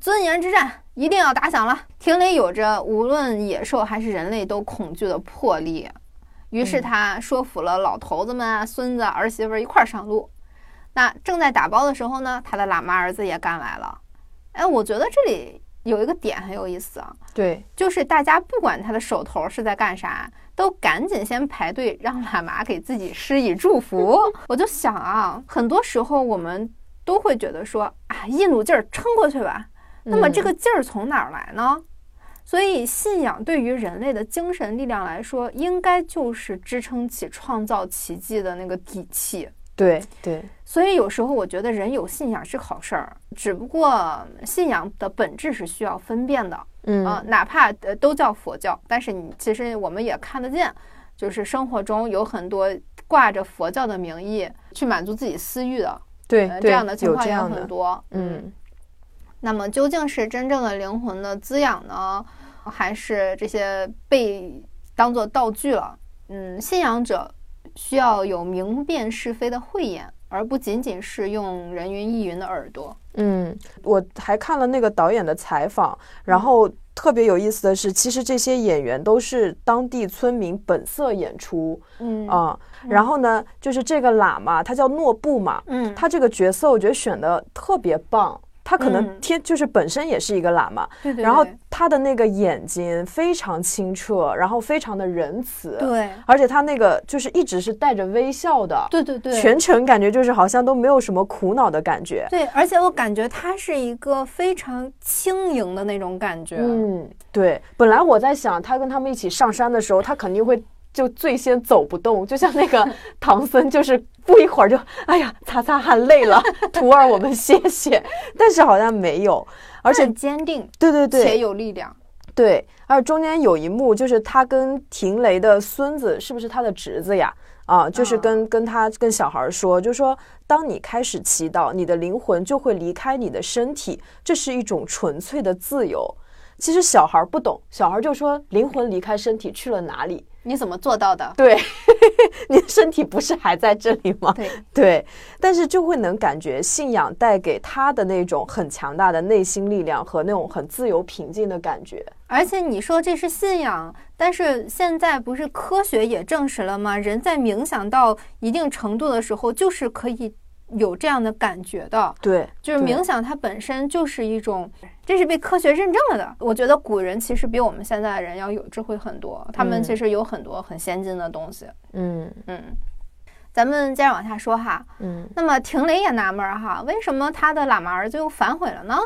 尊严之战一定要打响了。廷雷有着无论野兽还是人类都恐惧的魄力，于是他说服了老头子们啊、孙子啊、儿媳妇儿一块儿上路。那正在打包的时候呢，他的喇嘛儿子也赶来了。哎，我觉得这里有一个点很有意思啊，
对，
就是大家不管他的手头是在干啥，都赶紧先排队让喇嘛给自己施以祝福。我就想啊，很多时候我们都会觉得说啊，一股劲儿撑过去吧。那么这
嗯
个劲儿从哪儿来呢？所以信仰对于人类的精神力量来说，应该就是支撑起创造奇迹的那个底气。
对对，
所以有时候我觉得人有信仰是好事儿，只不过信仰的本质是需要分辨的。
嗯
啊，哪怕呃都叫佛教，但是你其实我们也看得见，就是生活中有很多挂着佛教的名义去满足自己私欲的，
对
呃，这
对
样的情
有
况
这
也
样
很
的，
多。
嗯
那么究竟是真正的灵魂的滋养呢，还是这些被当做道具了？嗯，信仰者需要有明辨是非的慧眼，而不仅仅是用人云亦云的耳朵。
嗯，我还看了那个导演的采访，
嗯
然后特别有意思的是，其实这些演员都是当地村民本色演出
嗯
啊、然后呢，就是这个喇嘛，他叫诺布嘛，
嗯，
他这个角色我觉得选的特别棒。他可能
嗯
天、就是本身也是一个喇嘛，
对对
然后
对
他的那个眼睛非常清澈，然后非常的仁慈，
对
而且他那个就是一直是带着微笑的，
对对对，
全程感觉就是好像都没有什么苦恼的感觉。
对，而且我感觉他是一个非常轻盈的那种感觉。
啊
嗯，对。本来我在想，他跟他们一起上山的时候，他肯定会就最先走不动，就像那个唐僧，就是不一会儿就哎呀擦擦汗累了，徒儿我们歇歇。但是好像没有，而且
很坚定
对对对，
且有力量。
对，而中间有一幕就是他跟廷雷的孙子，是不是他的侄子呀？啊，就是跟、跟他跟小孩儿说，就说当你开始祈祷，你的灵魂就会离开你的身体，这是一种纯粹的自由。其实小孩儿不懂，小孩儿就说灵魂离开身体去了哪里？
你怎么做到的？
对， 你的身体不是还在这里吗？
对，
对，但是就会能感觉信仰带给他的那种很强大的内心力量和那种很自由平静的感觉。
而且你说这是信仰，但是现在不是科学也证实了吗？人在冥想到一定程度的时候，就是可以有这样的感觉的。
对，
就是
对
冥想，它本身就是一种，这是被科学认证了的。我觉得古人其实比我们现在的人要有智慧很多，他们
嗯
其实有很多很先进的东西。
嗯
嗯，咱们接着往下说哈。
嗯
那么廷雷也纳闷儿哈，为什么他的喇嘛儿子又反悔了呢？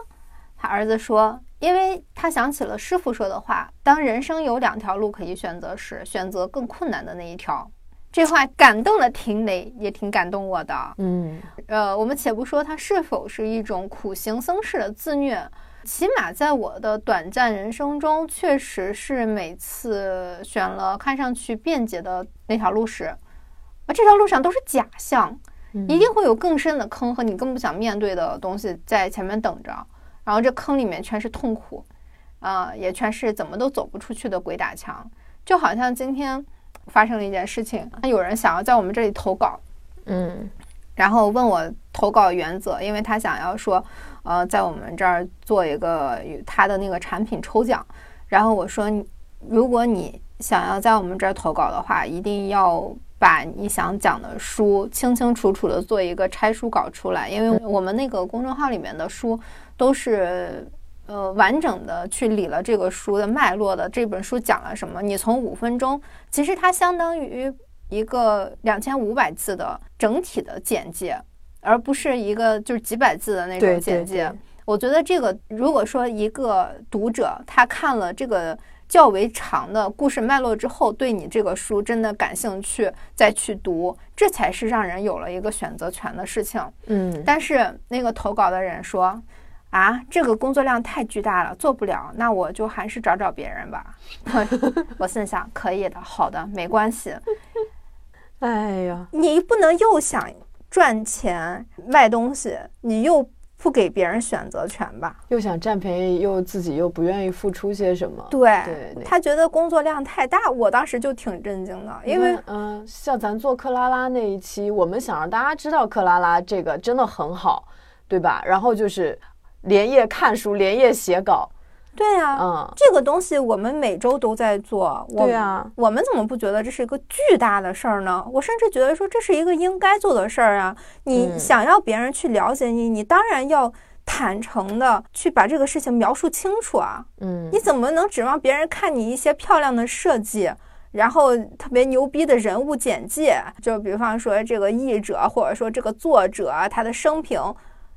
他儿子说，因为他想起了师傅说的话：“当人生有两条路可以选择时，选择更困难的那一条。”这话感动了廷雷，也挺感动我的。
嗯
呃，我们且不说它是否是一种苦行僧式的自虐，起码在我的短暂人生中，确实是每次选了看上去便捷的那条路时，而这条路上都是假象，一定会有更深的坑和你更不想面对的东西在前面等着，然后这坑里面全是痛苦，啊、也全是怎么都走不出去的鬼打墙，就好像今天发生了一件事情，有人想要在我们这里投稿。
嗯
然后问我投稿原则，因为他想要说，呃，在我们这儿做一个他的那个产品抽奖。然后我说，你如果你想要在我们这儿投稿的话，一定要把你想讲的书清清楚楚的做一个拆书稿出来，因为我们那个公众号里面的书都是。呃，完整的去理了这个书的脉络的，这本书讲了什么？你从五分钟，其实它相当于一个两千五百字的整体的简介，而不是一个就是几百字的那
对
种
对
简介。
对
我觉得这个，如果说一个读者他看了这个较为长的故事脉络之后，对你这个书真的感兴趣，再去读，这才是让人有了一个选择权的事情。
嗯
但是那个投稿的人说，啊，这个工作量太巨大了，做不了，那我就还是找找别人吧。 我心想，可以的，好的，没关系。
哎呀，
你不能又想赚钱卖东西，你又不给别人选择权吧？
又想占便宜，又自己又不愿意付出些什么。
对
对对
他觉得工作量太大，我当时就挺震惊的，因为
你看嗯、像咱做克拉拉那一期，我们想让大家知道克拉拉这个真的很好，对吧？然后就是连夜看书，连夜写稿，
对啊，
嗯，
这个东西我们每周都在做，我
对啊
我们怎么不觉得这是一个巨大的事儿呢？我甚至觉得说这是一个应该做的事儿啊！你
嗯
想要别人去了解你，你当然要坦诚的去把这个事情描述清楚啊！
嗯
你怎么能指望别人看你一些漂亮的设计？然后特别牛逼的人物简介，就比方说这个译者或者说这个作者啊他的生平，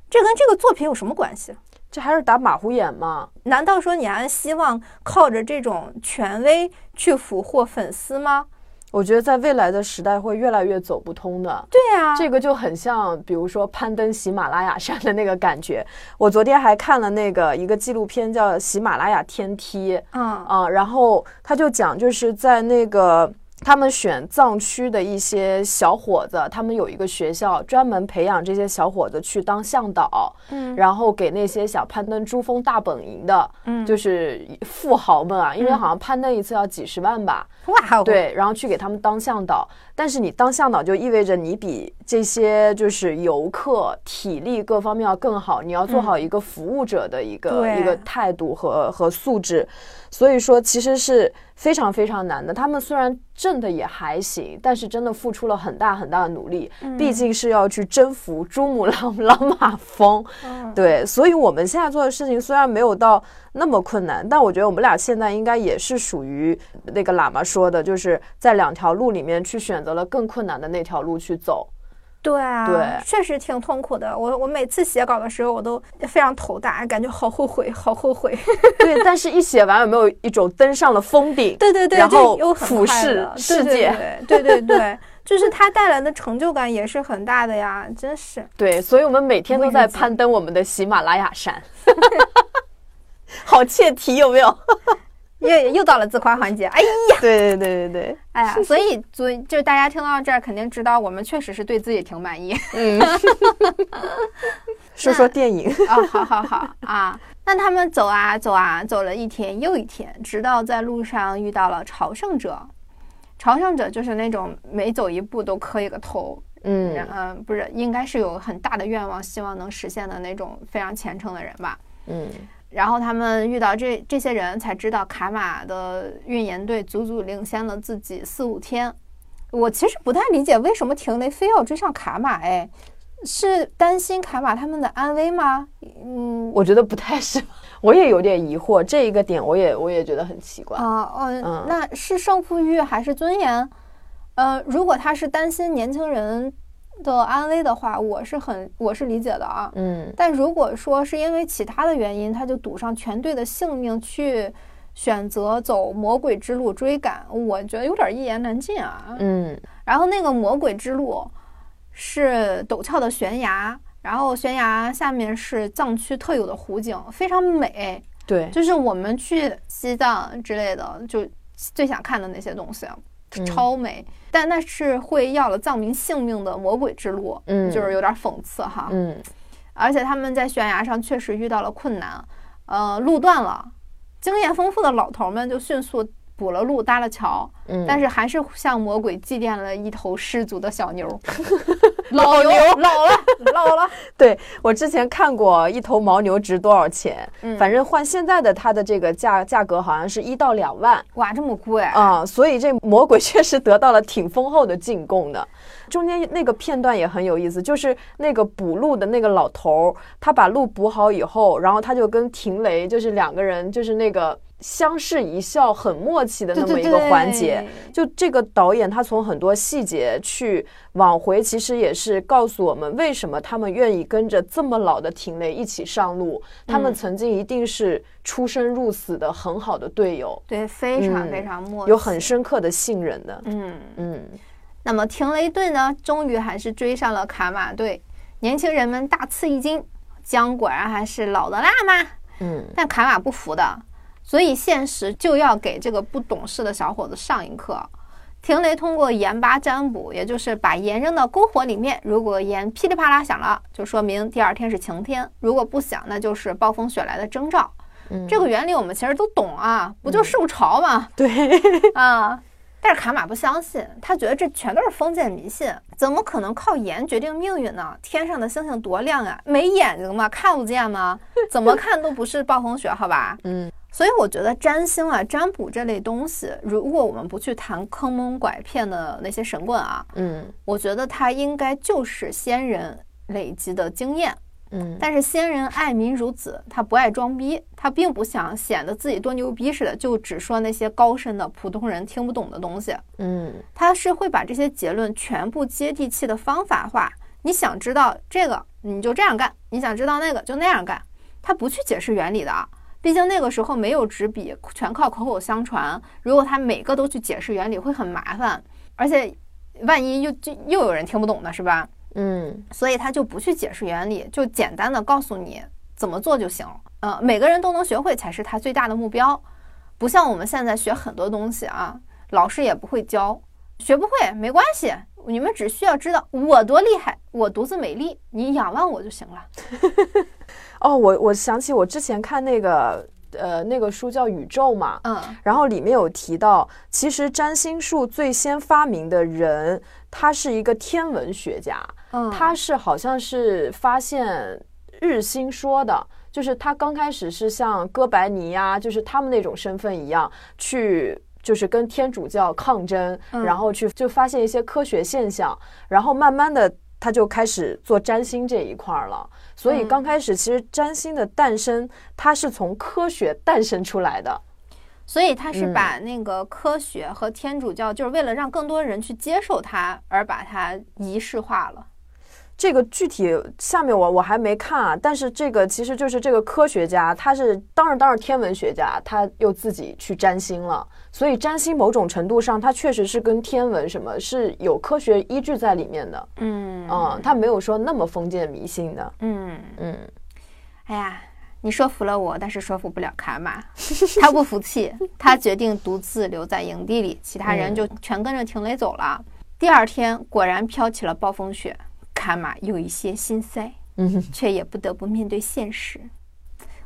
这跟这个作品有什么关系？
这还是打马虎眼嘛？
难道说你还希望靠着这种权威去俘获粉丝吗？
我觉得在未来的时代会越来越走不通的。
对啊，
这个就很像，比如说攀登喜马拉雅山的那个感觉。我昨天还看了那个一个纪录片，叫《喜马拉雅天梯》
嗯
啊、然后他就讲，就是在那个他们选藏区的一些小伙子，他们有一个学校专门培养这些小伙子去当向导，
嗯
然后给那些想攀登珠峰大本营的，
嗯，
就是富豪们啊，因为
嗯
好像攀登一次要几十万吧。
哇哦，，
对，然后去给他们当向导。但是你当向导就意味着你比这些就是游客体力各方面要更好，你要做好一个服务者的一个、一个
对
态度和和素质。所以说其实是非常非常难的。他们虽然挣的也还行，但是真的付出了很大很大的努力，毕竟是要去征服珠穆朗朗玛峰。
嗯
对，所以我们现在做的事情虽然没有到那么困难，但我觉得我们俩现在应该也是属于那个喇嘛说的，就是在两条路里面去选择了更困难的那条路去走。
对啊，
对
确实挺痛苦的。我我每次写稿的时候，我都非常头大，感觉好后悔，好后悔。
对，但是一写完有没有一种登上了峰顶？
对对对，
然
就
后
又很
俯
快
视
乐
世界，
对对对对对对，就是它带来的成就感也是很大的呀，真是。
对，所以我们每天都在攀登我们的喜马拉雅山。好切题，有没有？
又又到了自夸环节， 哎呀，
对对对对对，
哎呀，所以所以就是大家听到这儿肯定知道，我们确实是对自己挺满意
嗯， 说说电影，
啊、好好好啊，那他们走啊走啊，走了一天又一天，直到在路上遇到了朝圣者。朝圣者就是那种每走一步都磕一个头，
嗯
嗯、呃不是，应该是有很大的愿望，希望能实现的那种非常虔诚的人吧。
嗯，
然后他们遇到这这些人，才知道卡玛的运营队足足领先了自己四五天。我其实不太理解为什么廷雷非要追上卡玛，哎，是担心卡玛他们的安危吗？嗯
我觉得不太是，我也有点疑惑，这一个点我也我也觉得很奇怪，
啊哦，
嗯
那是胜负欲还是尊严？呃，如果他是担心年轻人的安危的话，我是很我是理解的啊。
嗯
但如果说是因为其他的原因，他就赌上全队的性命去选择走魔鬼之路追赶，我觉得有点一言难尽啊。
嗯
然后那个魔鬼之路是陡峭的悬崖，然后悬崖下面是藏区特有的湖景，非常美，
对，
就是我们去西藏之类的就最想看的那些东西啊
嗯，
超美。但那是会要了藏民性命的魔鬼之路，
嗯
就是有点讽刺哈。
嗯
而且他们在悬崖上确实遇到了困难，呃，路断了，经验丰富的老头们就迅速补了路，搭了桥，
嗯，
但
是
是还是向魔鬼祭奠了一头失足的 小牛，老牛老了老了，
对我之前看过一头牦牛值多少钱，
嗯
反正换现在的它的这个价价格好像是一到两万。
哇，这么贵，
啊、所以这魔鬼确实得到了挺丰厚的进贡的。中间那个片段也很有意思，就是那个补路的那个老头儿，他把路补好以后，然后他就跟廷雷就是两个人就是那个相视一笑，很默契的
对
那么
对
一
对，
个环节。就这个导演，他从很多细节去往回，其实也是告诉我们为什么他们愿意跟着这么老的廷雷一起上路。他们
嗯
曾经一定是出生入死的很好的队友，
对，非常
嗯
非常默契，
有很深刻的信任的。
嗯。
嗯
那么廷雷队呢，终于还是追上了卡马队，年轻人们大吃一惊，姜果然还是老的辣嘛。
嗯
但卡玛不服的，所以现实就要给这个不懂事的小伙子上一课。廷雷通过盐巴占卜，也就是把盐扔到篝火里面，如果盐噼里啪啦响了，就说明第二天是晴天；如果不响，那就是暴风雪来的征兆。
嗯
这个原理我们其实都懂啊，不就受潮嘛？
对，
啊。但是卡玛不相信，他觉得这全都是封建迷信，怎么可能靠眼决定命运呢？天上的星星多亮啊，没眼睛吗？看不见吗？怎么看都不是暴风雪，好吧？
嗯，
所以我觉得占星啊、占卜这类东西，如果我们不去谈坑蒙拐骗的那些神棍啊，
嗯
我觉得它应该就是先人累积的经验。
嗯
但是先人爱民如子，他不爱装逼，他并不想显得自己多牛逼似的，就只说那些高深的普通人听不懂的东西。
嗯
他是会把这些结论全部接地气的方法化。你想知道这个，你就这样干；你想知道那个，就那样干。他不去解释原理的啊，毕竟那个时候没有纸笔，全靠口口相传。如果他每个都去解释原理，会很麻烦，而且万一又就又有人听不懂呢，是吧？
嗯
所以他就不去解释原理，就简单的告诉你怎么做就行。呃，每个人都能学会才是他最大的目标，不像我们现在学很多东西啊，老师也不会教，学不会没关系，你们只需要知道我多厉害，我独自美丽，你仰望我就行了。
哦，我我想起我之前看那个呃那个书叫《宇宙》嘛，
嗯
然后里面有提到，其实占星术最先发明的人，他是一个天文学家，
嗯，
他是好像是发现日心说的。就是他刚开始是像哥白尼呀、就是他们那种身份一样，去就是跟天主教抗争，
嗯
然后去就发现一些科学现象，然后慢慢的他就开始做占星这一块儿了。所以
嗯
刚开始其实占星的诞生，它是从科学诞生出来的。
所以他是把那个科学和天主教，就是为了让更多人去接受它，而把它仪式化了。
这个具体下面我我还没看啊，但是这个其实就是这个科学家，他是当然当然天文学家，他又自己去占星了，所以占星某种程度上，它确实是跟天文什么是有科学依据在里面的，
嗯
嗯，他没有说那么封建迷信的，
嗯。
嗯
哎呀，你说服了我，但是说服不了卡玛， 他不服气，他决定独自留在营地里，其他人就全跟着廷雷走了。第二天果然飘起了暴风雪，卡玛有一些心塞，
嗯哼，
却也不得不面对现实。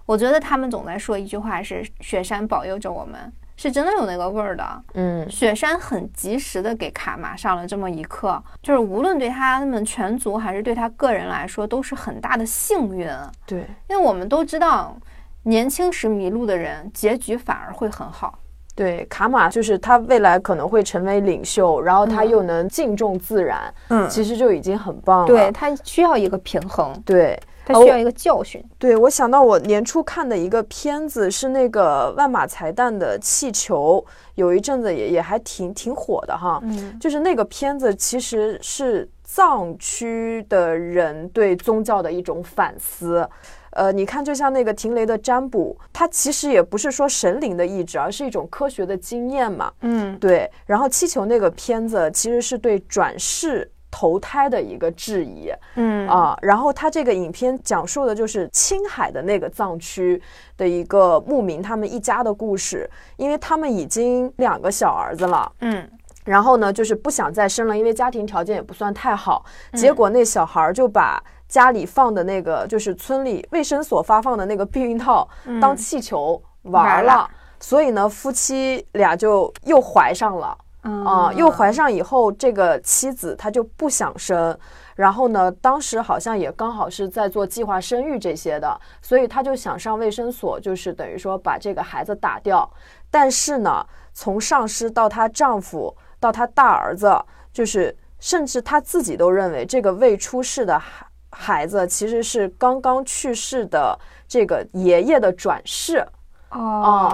我觉得他们总在说一句话是“雪山保佑着我们”，是真的有那个味儿的。
嗯
雪山很及时的给卡玛上了这么一课，就是无论对他们全族还是对他个人来说，都是很大的幸运。
对，
因为我们都知道，年轻时迷路的人，结局反而会很好。
对，卡玛就是他未来可能会成为领袖，然后
嗯
他又能敬重自然，
嗯
其实就已经很棒了。
对他需要一个平衡，
对
他
哦
需要一个教训。
对，我想到我年初看的一个片子是那个万马才旦的《气球》，有一阵子也也还挺挺火的哈。
嗯，
就是那个片子其实是藏区的人对宗教的一种反思。呃，你看，就像那个廷雷的占卜，它其实也不是说神灵的意志，而是一种科学的经验嘛。
嗯，
对，然后气球那个片子其实是对转世投胎的一个质疑，
嗯
啊，然后他这个影片讲述的就是青海的那个藏区的一个牧民他们一家的故事，因为他们已经两个小儿子了。
嗯
然后呢，就是不想再生了，因为家庭条件也不算太好。结果那小孩儿就把家里放的那个，就是村里卫生所发放的那个避孕套当气球玩
玩
儿
了
了。所以呢，夫妻俩就又怀上了。啊、
啊
又怀上以后，这个妻子她就不想生，然后呢，当时好像也刚好是在做计划生育这些的，所以她就想上卫生所，就是等于说把这个孩子打掉。但是呢，从上司到她丈夫到她大儿子，就是甚至她自己都认为这个未出世的孩孩子其实是刚刚去世的这个爷爷的转世。啊、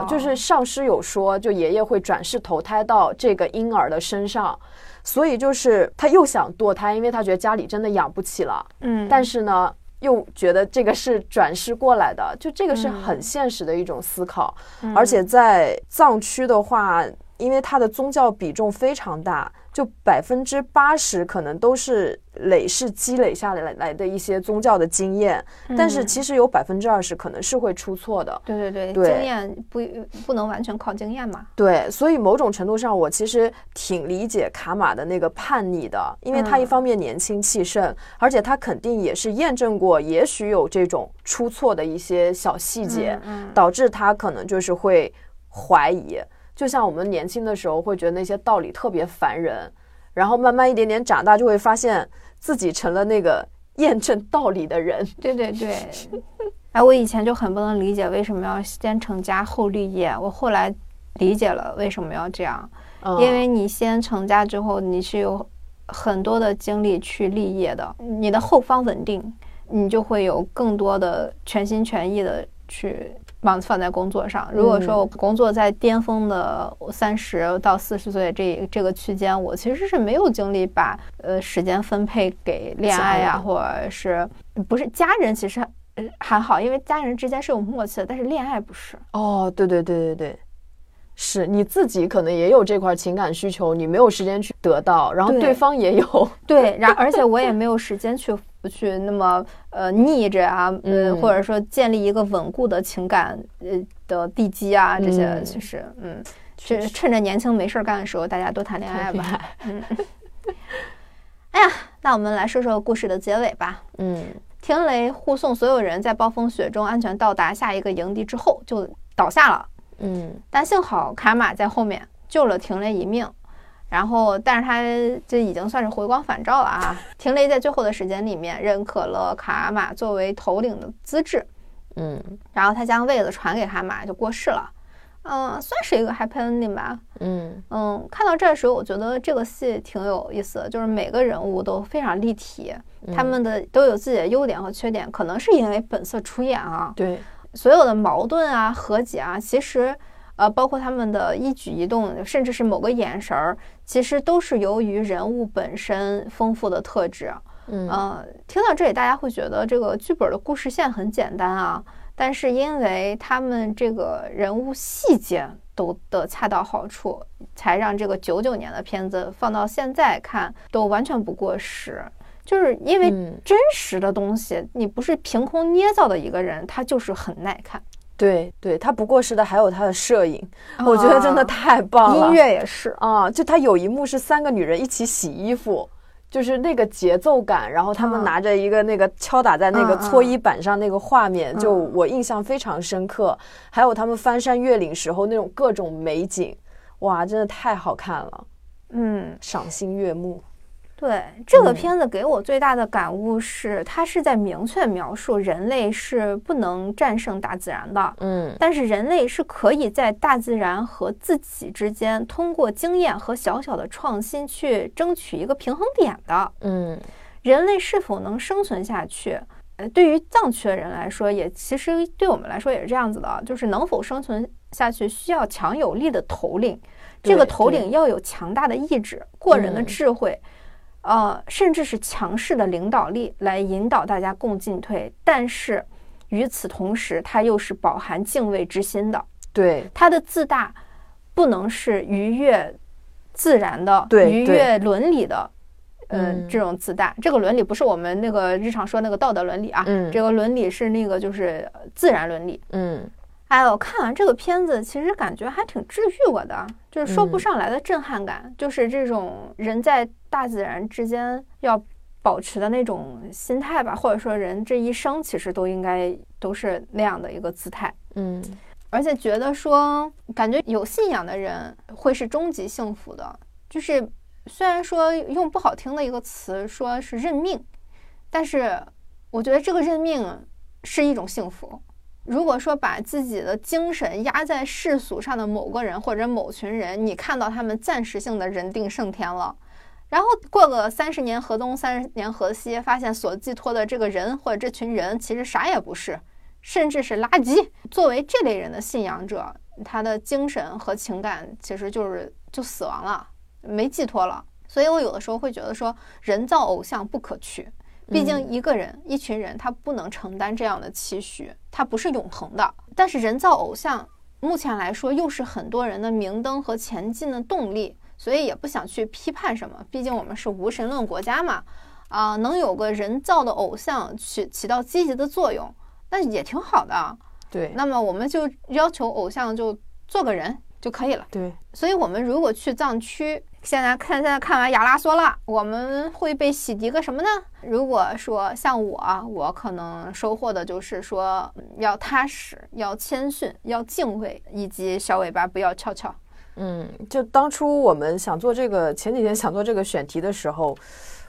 哦，
就是上师有说，就爷爷会转世投胎到这个婴儿的身上，所以就是他又想堕胎，因为他觉得家里真的养不起了，
嗯，
但是呢，又觉得这个是转世过来的，就这个是很
嗯
现实的一种思考。
嗯
而且在藏区的话，因为它的宗教比重非常大，就百分之八十可能都是累世积累下来来的一些宗教的经验，但是
嗯
其实有百分之二十可能是会出错的。
对对对，
对
经验不不能完全靠经验嘛。
对，所以某种程度上，我其实挺理解卡玛的那个叛逆的，因为他一
嗯
方面年轻气盛，而且他肯定也是验证过，也许有这种出错的一些小细节，
嗯，
导致他可能就是会怀疑。就像我们年轻的时候会觉得那些道理特别烦人，然后慢慢一点点长大，就会发现自己成了那个验证道理的人。
对对对。哎，我以前就很不能理解为什么要先成家后立业，我后来理解了为什么要这样。
嗯
因为你先成家之后，你是有很多的精力去立业的，你的后方稳定，你就会有更多的全心全意的去忙放在工作上。如果
嗯
说我工作在巅峰的三十到四十岁这这个区间，我其实是没有精力把呃时间分配给恋爱呀、
家人
或者是不是家人，其实呃还好，因为家人之间是有默契的，但是恋爱不是。
哦，对对对对对，是你自己可能也有这块情感需求，你没有时间去得到，然后
对
对方也有，
对， 然而且我也没有时间去去那么呃逆着啊，呃，
嗯
或者说建立一个稳固的情感呃的地基啊，这些
嗯
其实嗯，趁趁着年轻没事儿干的时候，大家多谈恋爱吧。 嗯，哎呀，那我们来说说故事的结尾吧。
嗯，
田雷护送所有人在暴风雪中安全到达下一个营地之后，就倒下了。
嗯
但幸好卡玛在后面救了廷雷一命，然后但是他这已经算是回光返照了啊。廷雷在最后的时间里面认可了卡玛作为头领的资质，
嗯
然后他将位子传给卡玛，就过世了。嗯，算是一个 happy ending 吧。
嗯
嗯，看到这儿的时候，我觉得这个戏挺有意思的，就是每个人物都非常立体，
嗯
他们的都有自己的优点和缺点，可能是因为本色出演啊，
对，
所有的矛盾啊、和解啊，其实，呃，包括他们的一举一动，甚至是某个眼神儿，其实都是由于人物本身丰富的特质。
嗯
呃，听到这里，大家会觉得这个剧本的故事线很简单啊，但是因为他们这个人物细节都的恰到好处，才让这个九九年的片子放到现在看都完全不过时。就是因为
嗯，
真实的东西，你不是凭空捏造的一个人，他就是很耐看。
对对，他不过时的还有他的摄影，我觉得真的
啊
太棒了。
音乐也是，
啊，就他有一幕是三个女人一起洗衣服，就是那个节奏感，然后他们
嗯
拿着一个那个敲打在那个
嗯
搓
嗯
衣板上那个画面，就
嗯
我印象非常深刻。还有他们翻山越岭时候那种各种美景，哇，真的太好看了，
嗯，
赏心悦目。
对，这个
嗯
片子给我最大的感悟是，它是在明确描述人类是不能战胜大自然的，
嗯
但是人类是可以在大自然和自己之间，通过经验和小小的创新去争取一个平衡点的。
嗯
人类是否能生存下去？呃，对于藏区的人来说，也其实对我们来说也是这样子的，啊就是能否生存下去，需要强有力的头领，这
对
个头
对
领要有强大的意志、过人的
嗯
智慧，呃，甚至是强势的领导力来引导大家共进退。但是与此同时，它又是饱含敬畏之心的，
对
它的自大不能是逾越自然的、
对
逾
对
越伦理的，呃、
嗯
这种自大。这个伦理不是我们那个日常说那个道德伦理啊，
嗯
这个伦理是那个就是呃自然伦理。
嗯
哎呦，看完这个片子，其实感觉还挺治愈我的，就是说不
嗯
上来的震撼感，就是这种人在大自然之间要保持的那种心态吧，或者说人这一生其实都应该都是那样的一个姿态。
嗯
而且觉得说，感觉有信仰的人会是终极幸福的。就是虽然说用不好听的一个词说是认命，但是我觉得这个认命是一种幸福。如果说把自己的精神压在世俗上的某个人或者某群人，你看到他们暂时性的人定胜天了，然后过个三十年河东三十年河西，发现所寄托的这个人或者这群人其实啥也不是，甚至是垃圾。作为这类人的信仰者，他的精神和情感其实就是就死亡了，没寄托了。所以我有的时候会觉得说，人造偶像不可取，毕竟一个人、一群人他不能承担这样的期许，他不是永恒的。但是人造偶像目前来说又是很多人的明灯和前进的动力，所以也不想去批判什么，毕竟我们是无神论国家嘛。啊、能有个人造的偶像起起到积极的作用，那也挺好的啊。
对
那么我们就要求偶像就做个人就可以了。
对
所以，我们如果去藏区，现在看现在看完《亚拉索了，我们会被洗涤个什么呢？如果说像我，我可能收获的就是说嗯要踏实，要谦逊，要敬畏，以及小尾巴不要翘翘。
嗯，就当初我们想做这个，前几天想做这个选题的时候，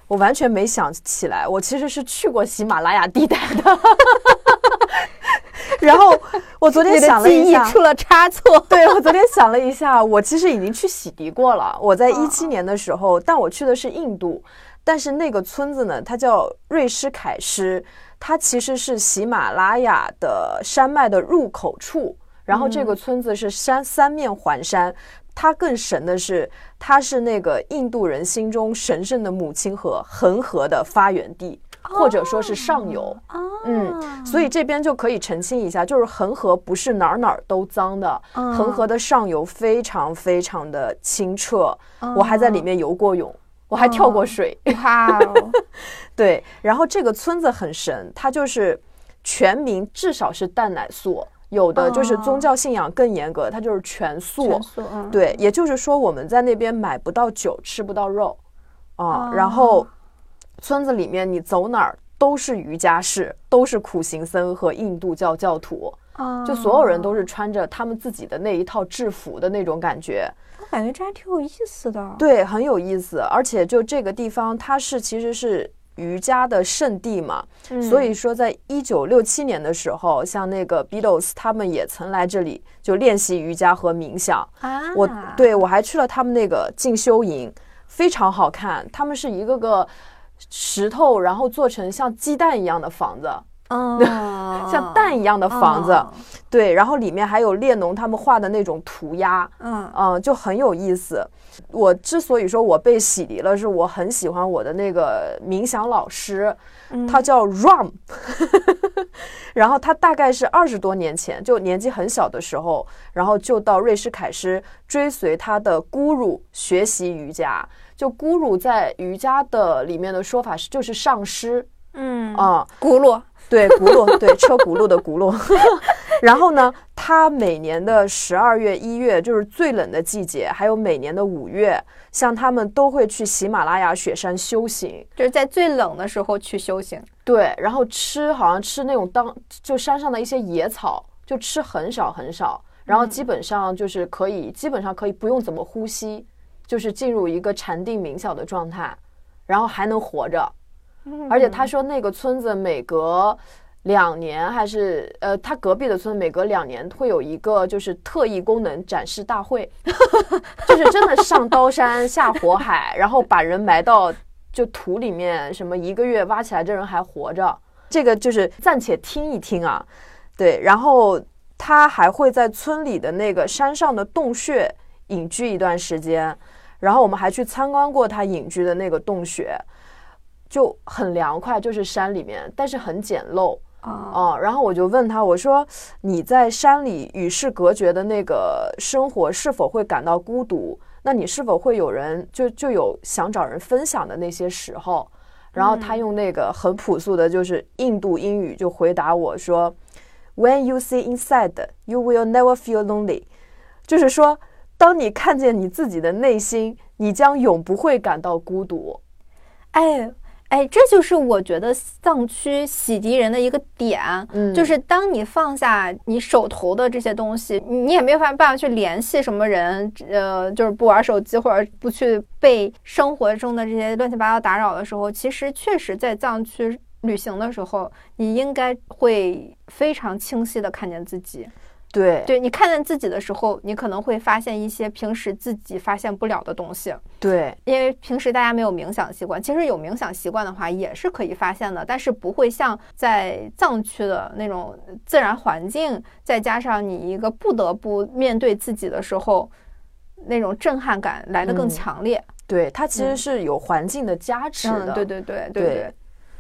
我完全没想起来，我其实是去过喜马拉雅地带的。 然后我昨天
你
想
的
了
记
一
忆
下，
出了差错。
对我昨天想了一下，我其实已经去洗涤过了。我在
哦
一七年的时候，但我去的是印度，但是那个村子呢，它叫瑞施凯施，它其实是喜马拉雅的山脉的入口处。然后这个村子是山、三面环山，它更神的是，它是那个印度人心中神圣的母亲河恒河的发源地，或者说是上游。
啊
嗯，所以这边就可以澄清一下，就是恒河不是哪儿哪儿都脏的，
嗯
恒河的上游非常非常的清澈，我还
嗯
在里面游过泳，我还跳过水。
哇哦，
对，然后这个村子很神，它就是全民至少是蛋奶素，有的就是宗教信仰更严格，它就是全素。
全素嗯
对，也就是说我们在那边买不到酒，吃不到肉，啊，然后村子里面你走哪儿都是瑜伽士，都是苦行僧和印度教教徒，
哦嗯
就所有人都是穿着他们自己的那一套制服的那种感觉，
我感觉这还挺有意思的。
对，很有意思。而且就这个地方，它是其实是。瑜伽的圣地嘛，
嗯
所以说，在一九六七年的时候，像那个 Beatles 他们也曾来这里就练习瑜伽和冥想，
啊，
我对我还去了他们那个进修营，非常好看。他们是一个个石头，然后做成像鸡蛋一样的房子，，
哦
像蛋一样的房子。
哦
对，然后里面还有列侬他们画的那种涂鸦，
嗯
嗯，就很有意思。我之所以说我被洗涤了，是我很喜欢我的那个冥想老师，
嗯
他叫 Ram，然后他大概是二十多年前，就年纪很小的时候，然后就到瑞士凯诗追随他的 guru 学习瑜伽。就咕噜在瑜伽的里面的说法是就是上师
嗯
啊、
轱辘，
对，轱辘，对，车轱辘的 轱辘。然后呢，它每年的十二月、一月就是最冷的季节，还有每年的五月，像他们都会去喜马拉雅雪山修行。
就是在最冷的时候去修行。
对，然后吃好像吃那种当就山上的一些野草，就吃很少很少，然后基本上就是可以，基本上可以不用怎么呼吸，就是进入一个禅定冥想的状态，然后还能活着。而且他说那个村子每隔两年还是呃，他隔壁的村每隔两年会有一个就是特异功能展示大会， 就是真的上刀山下火海，然后把人埋到就土里面，什么一个月挖起来这人还活着，这个就是暂且听一听啊。对，然后他还会在村里的那个山上的洞穴隐居一段时间，然后我们还去参观过他隐居的那个洞穴，就很凉快，就是山里面，但是很简陋。
啊，
啊、然后我就问他，我说你在山里与世隔绝的那个生活是否会感到孤独？那你是否会有人就就有想找人分享的那些时候？然后
嗯
他用那个很朴素的，就是印度英语就回答我说，When you see inside, you will never feel lonely，就是说，当你看见你自己的内心，你将永不会感到孤独。
哎哎，这就是我觉得藏区洗涤人的一个点，
嗯
就是当你放下你手头的这些东西，你你也没有办法去联系什么人，呃，就是不玩手机或者不去被生活中的这些乱七八糟打扰的时候，其实确实在藏区旅行的时候，你应该会非常清晰的看见自己。
对
对你看见自己的时候，你可能会发现一些平时自己发现不了的东西。
对
因为平时大家没有冥想习惯，其实有冥想习惯的话也是可以发现的，但是不会像在藏区的那种自然环境，再加上你一个不得不面对自己的时候，那种震撼感来得更
嗯
强烈。
对，它其实
嗯
是有环境的加持的。
嗯，对对对对
对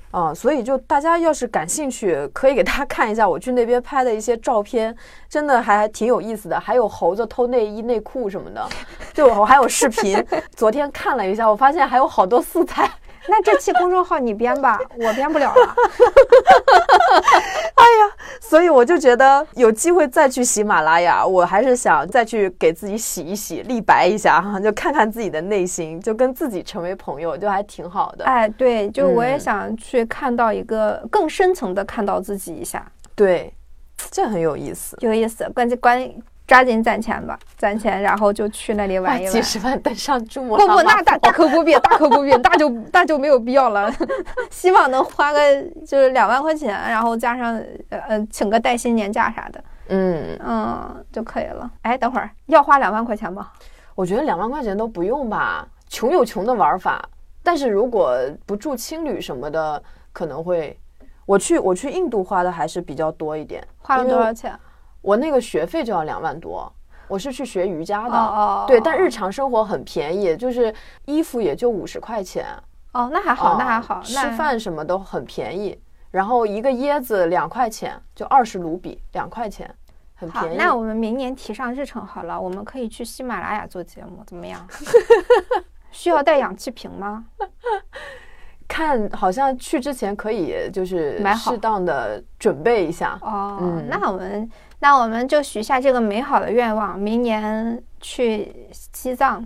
啊，所以就大家要是感兴趣，可以给大家看一下我去那边拍的一些照片，真的还挺有意思的。还有猴子偷内衣内裤什么的，对我还有视频。昨天看了一下，我发现还有好多素材。
那这期公众号你编吧，我编不了了。
所以我就觉得有机会再去喜马拉雅，我还是想再去给自己洗一洗、立白一下哈，就看看自己的内心，就跟自己成为朋友，就还挺好的。
哎，对，就我也
嗯
想去看到一个更深层的看到自己一下，
对，这很有意思。
有意思。关键关抓紧攒钱吧，攒钱，然后就去那里玩一玩。
几十万登上珠穆
不
朗
不，
玛
那大大可不必，大可不必，那就那就没有必要了。 希望能花个就是两万块钱，然后加上呃呃请个带薪年假啥的，
嗯。
嗯就可以了。哎，等会儿要花两万块钱吗？
我觉得两万块钱都不用吧，穷有穷的玩法。但是如果不住青旅什么的，可能会，我去我去印度花的还是比较多一点。
花了
因为
多少钱？
我那个学费就要两万多，我是去学瑜伽
哦
的。
哦，
对，但日常生活很便宜，就是衣服也就五十块钱。
哦那还好，那还
啊
好，
吃
那
饭什么都很便宜，然后一个椰子两块钱，就二十卢比，两块钱，很
好
便宜。，
那我们明年提上日程好了，我们可以去喜马拉雅做节目，怎么样？ 需要带氧气瓶吗？
看，好像去之前可以就是
买好
适当的准备一下。
哦，
嗯
那我们那我们就许下这个美好的愿望，明年去西藏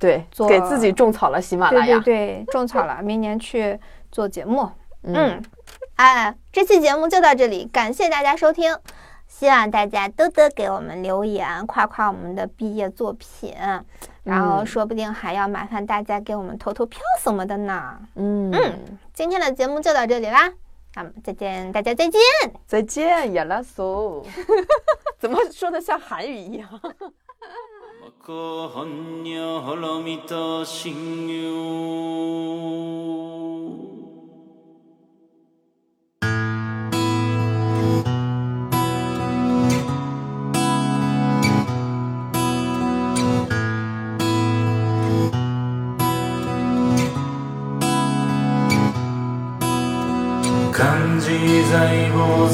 对
做，
给自己种草了喜马
对
拉
对
雅。
对，种 草了，明年去做节目。
嗯，
嗯，哎，这期节目就到这里，感谢大家收听，希望大家多多给我们留言，夸夸我们的毕业作品，然后
嗯
说不定还要麻烦大家给我们投投票什么的呢。
嗯
今天的节目就到这里啦，那么再见，大家再见。
再见，亚拉索。 怎么说的像韩语一样？
마카한냐 할라미타 식류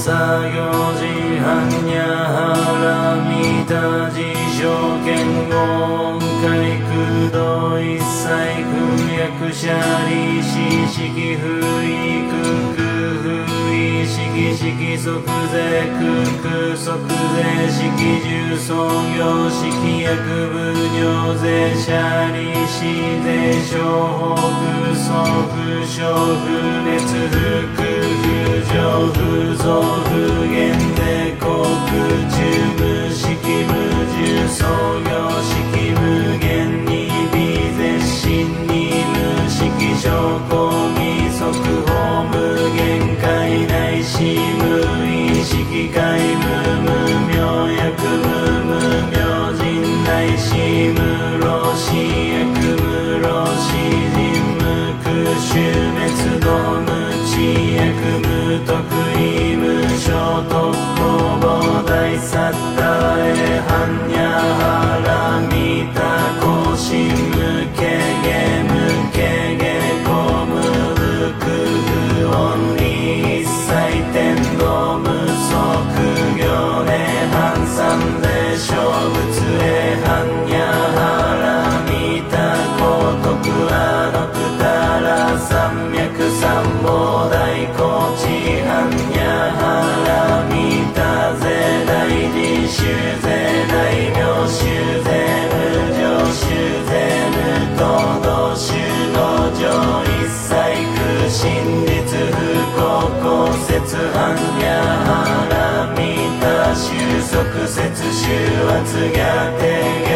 간지사이보사교지 한야하라미다지쇼겐공카이크도이사이그 くしゃりししきふいくくふいしきしきそくぜくくそくぜしき重創業しき薬部尿税しゃりしでしょうくそ不症不熱不く不上不増不減で航空中無式無重創業式無限に微絶心に無式証拠未速報無限界内視無意識界無無明薬無無明人内視無老死薬無老死人無空襲滅動無知薬無得意無所得工房大殺大へ般若波羅蜜多行進無形ゲ無形ゲ公無不空不音理一切天道無即行で反三で小仏へ般若波羅蜜多高徳阿六多羅三脈三宝大高知般若波羅蜜多世大自修世大名修世無常修世無東道修道場一切空真実不幸骨折般若波羅蜜多収束節修圧逆転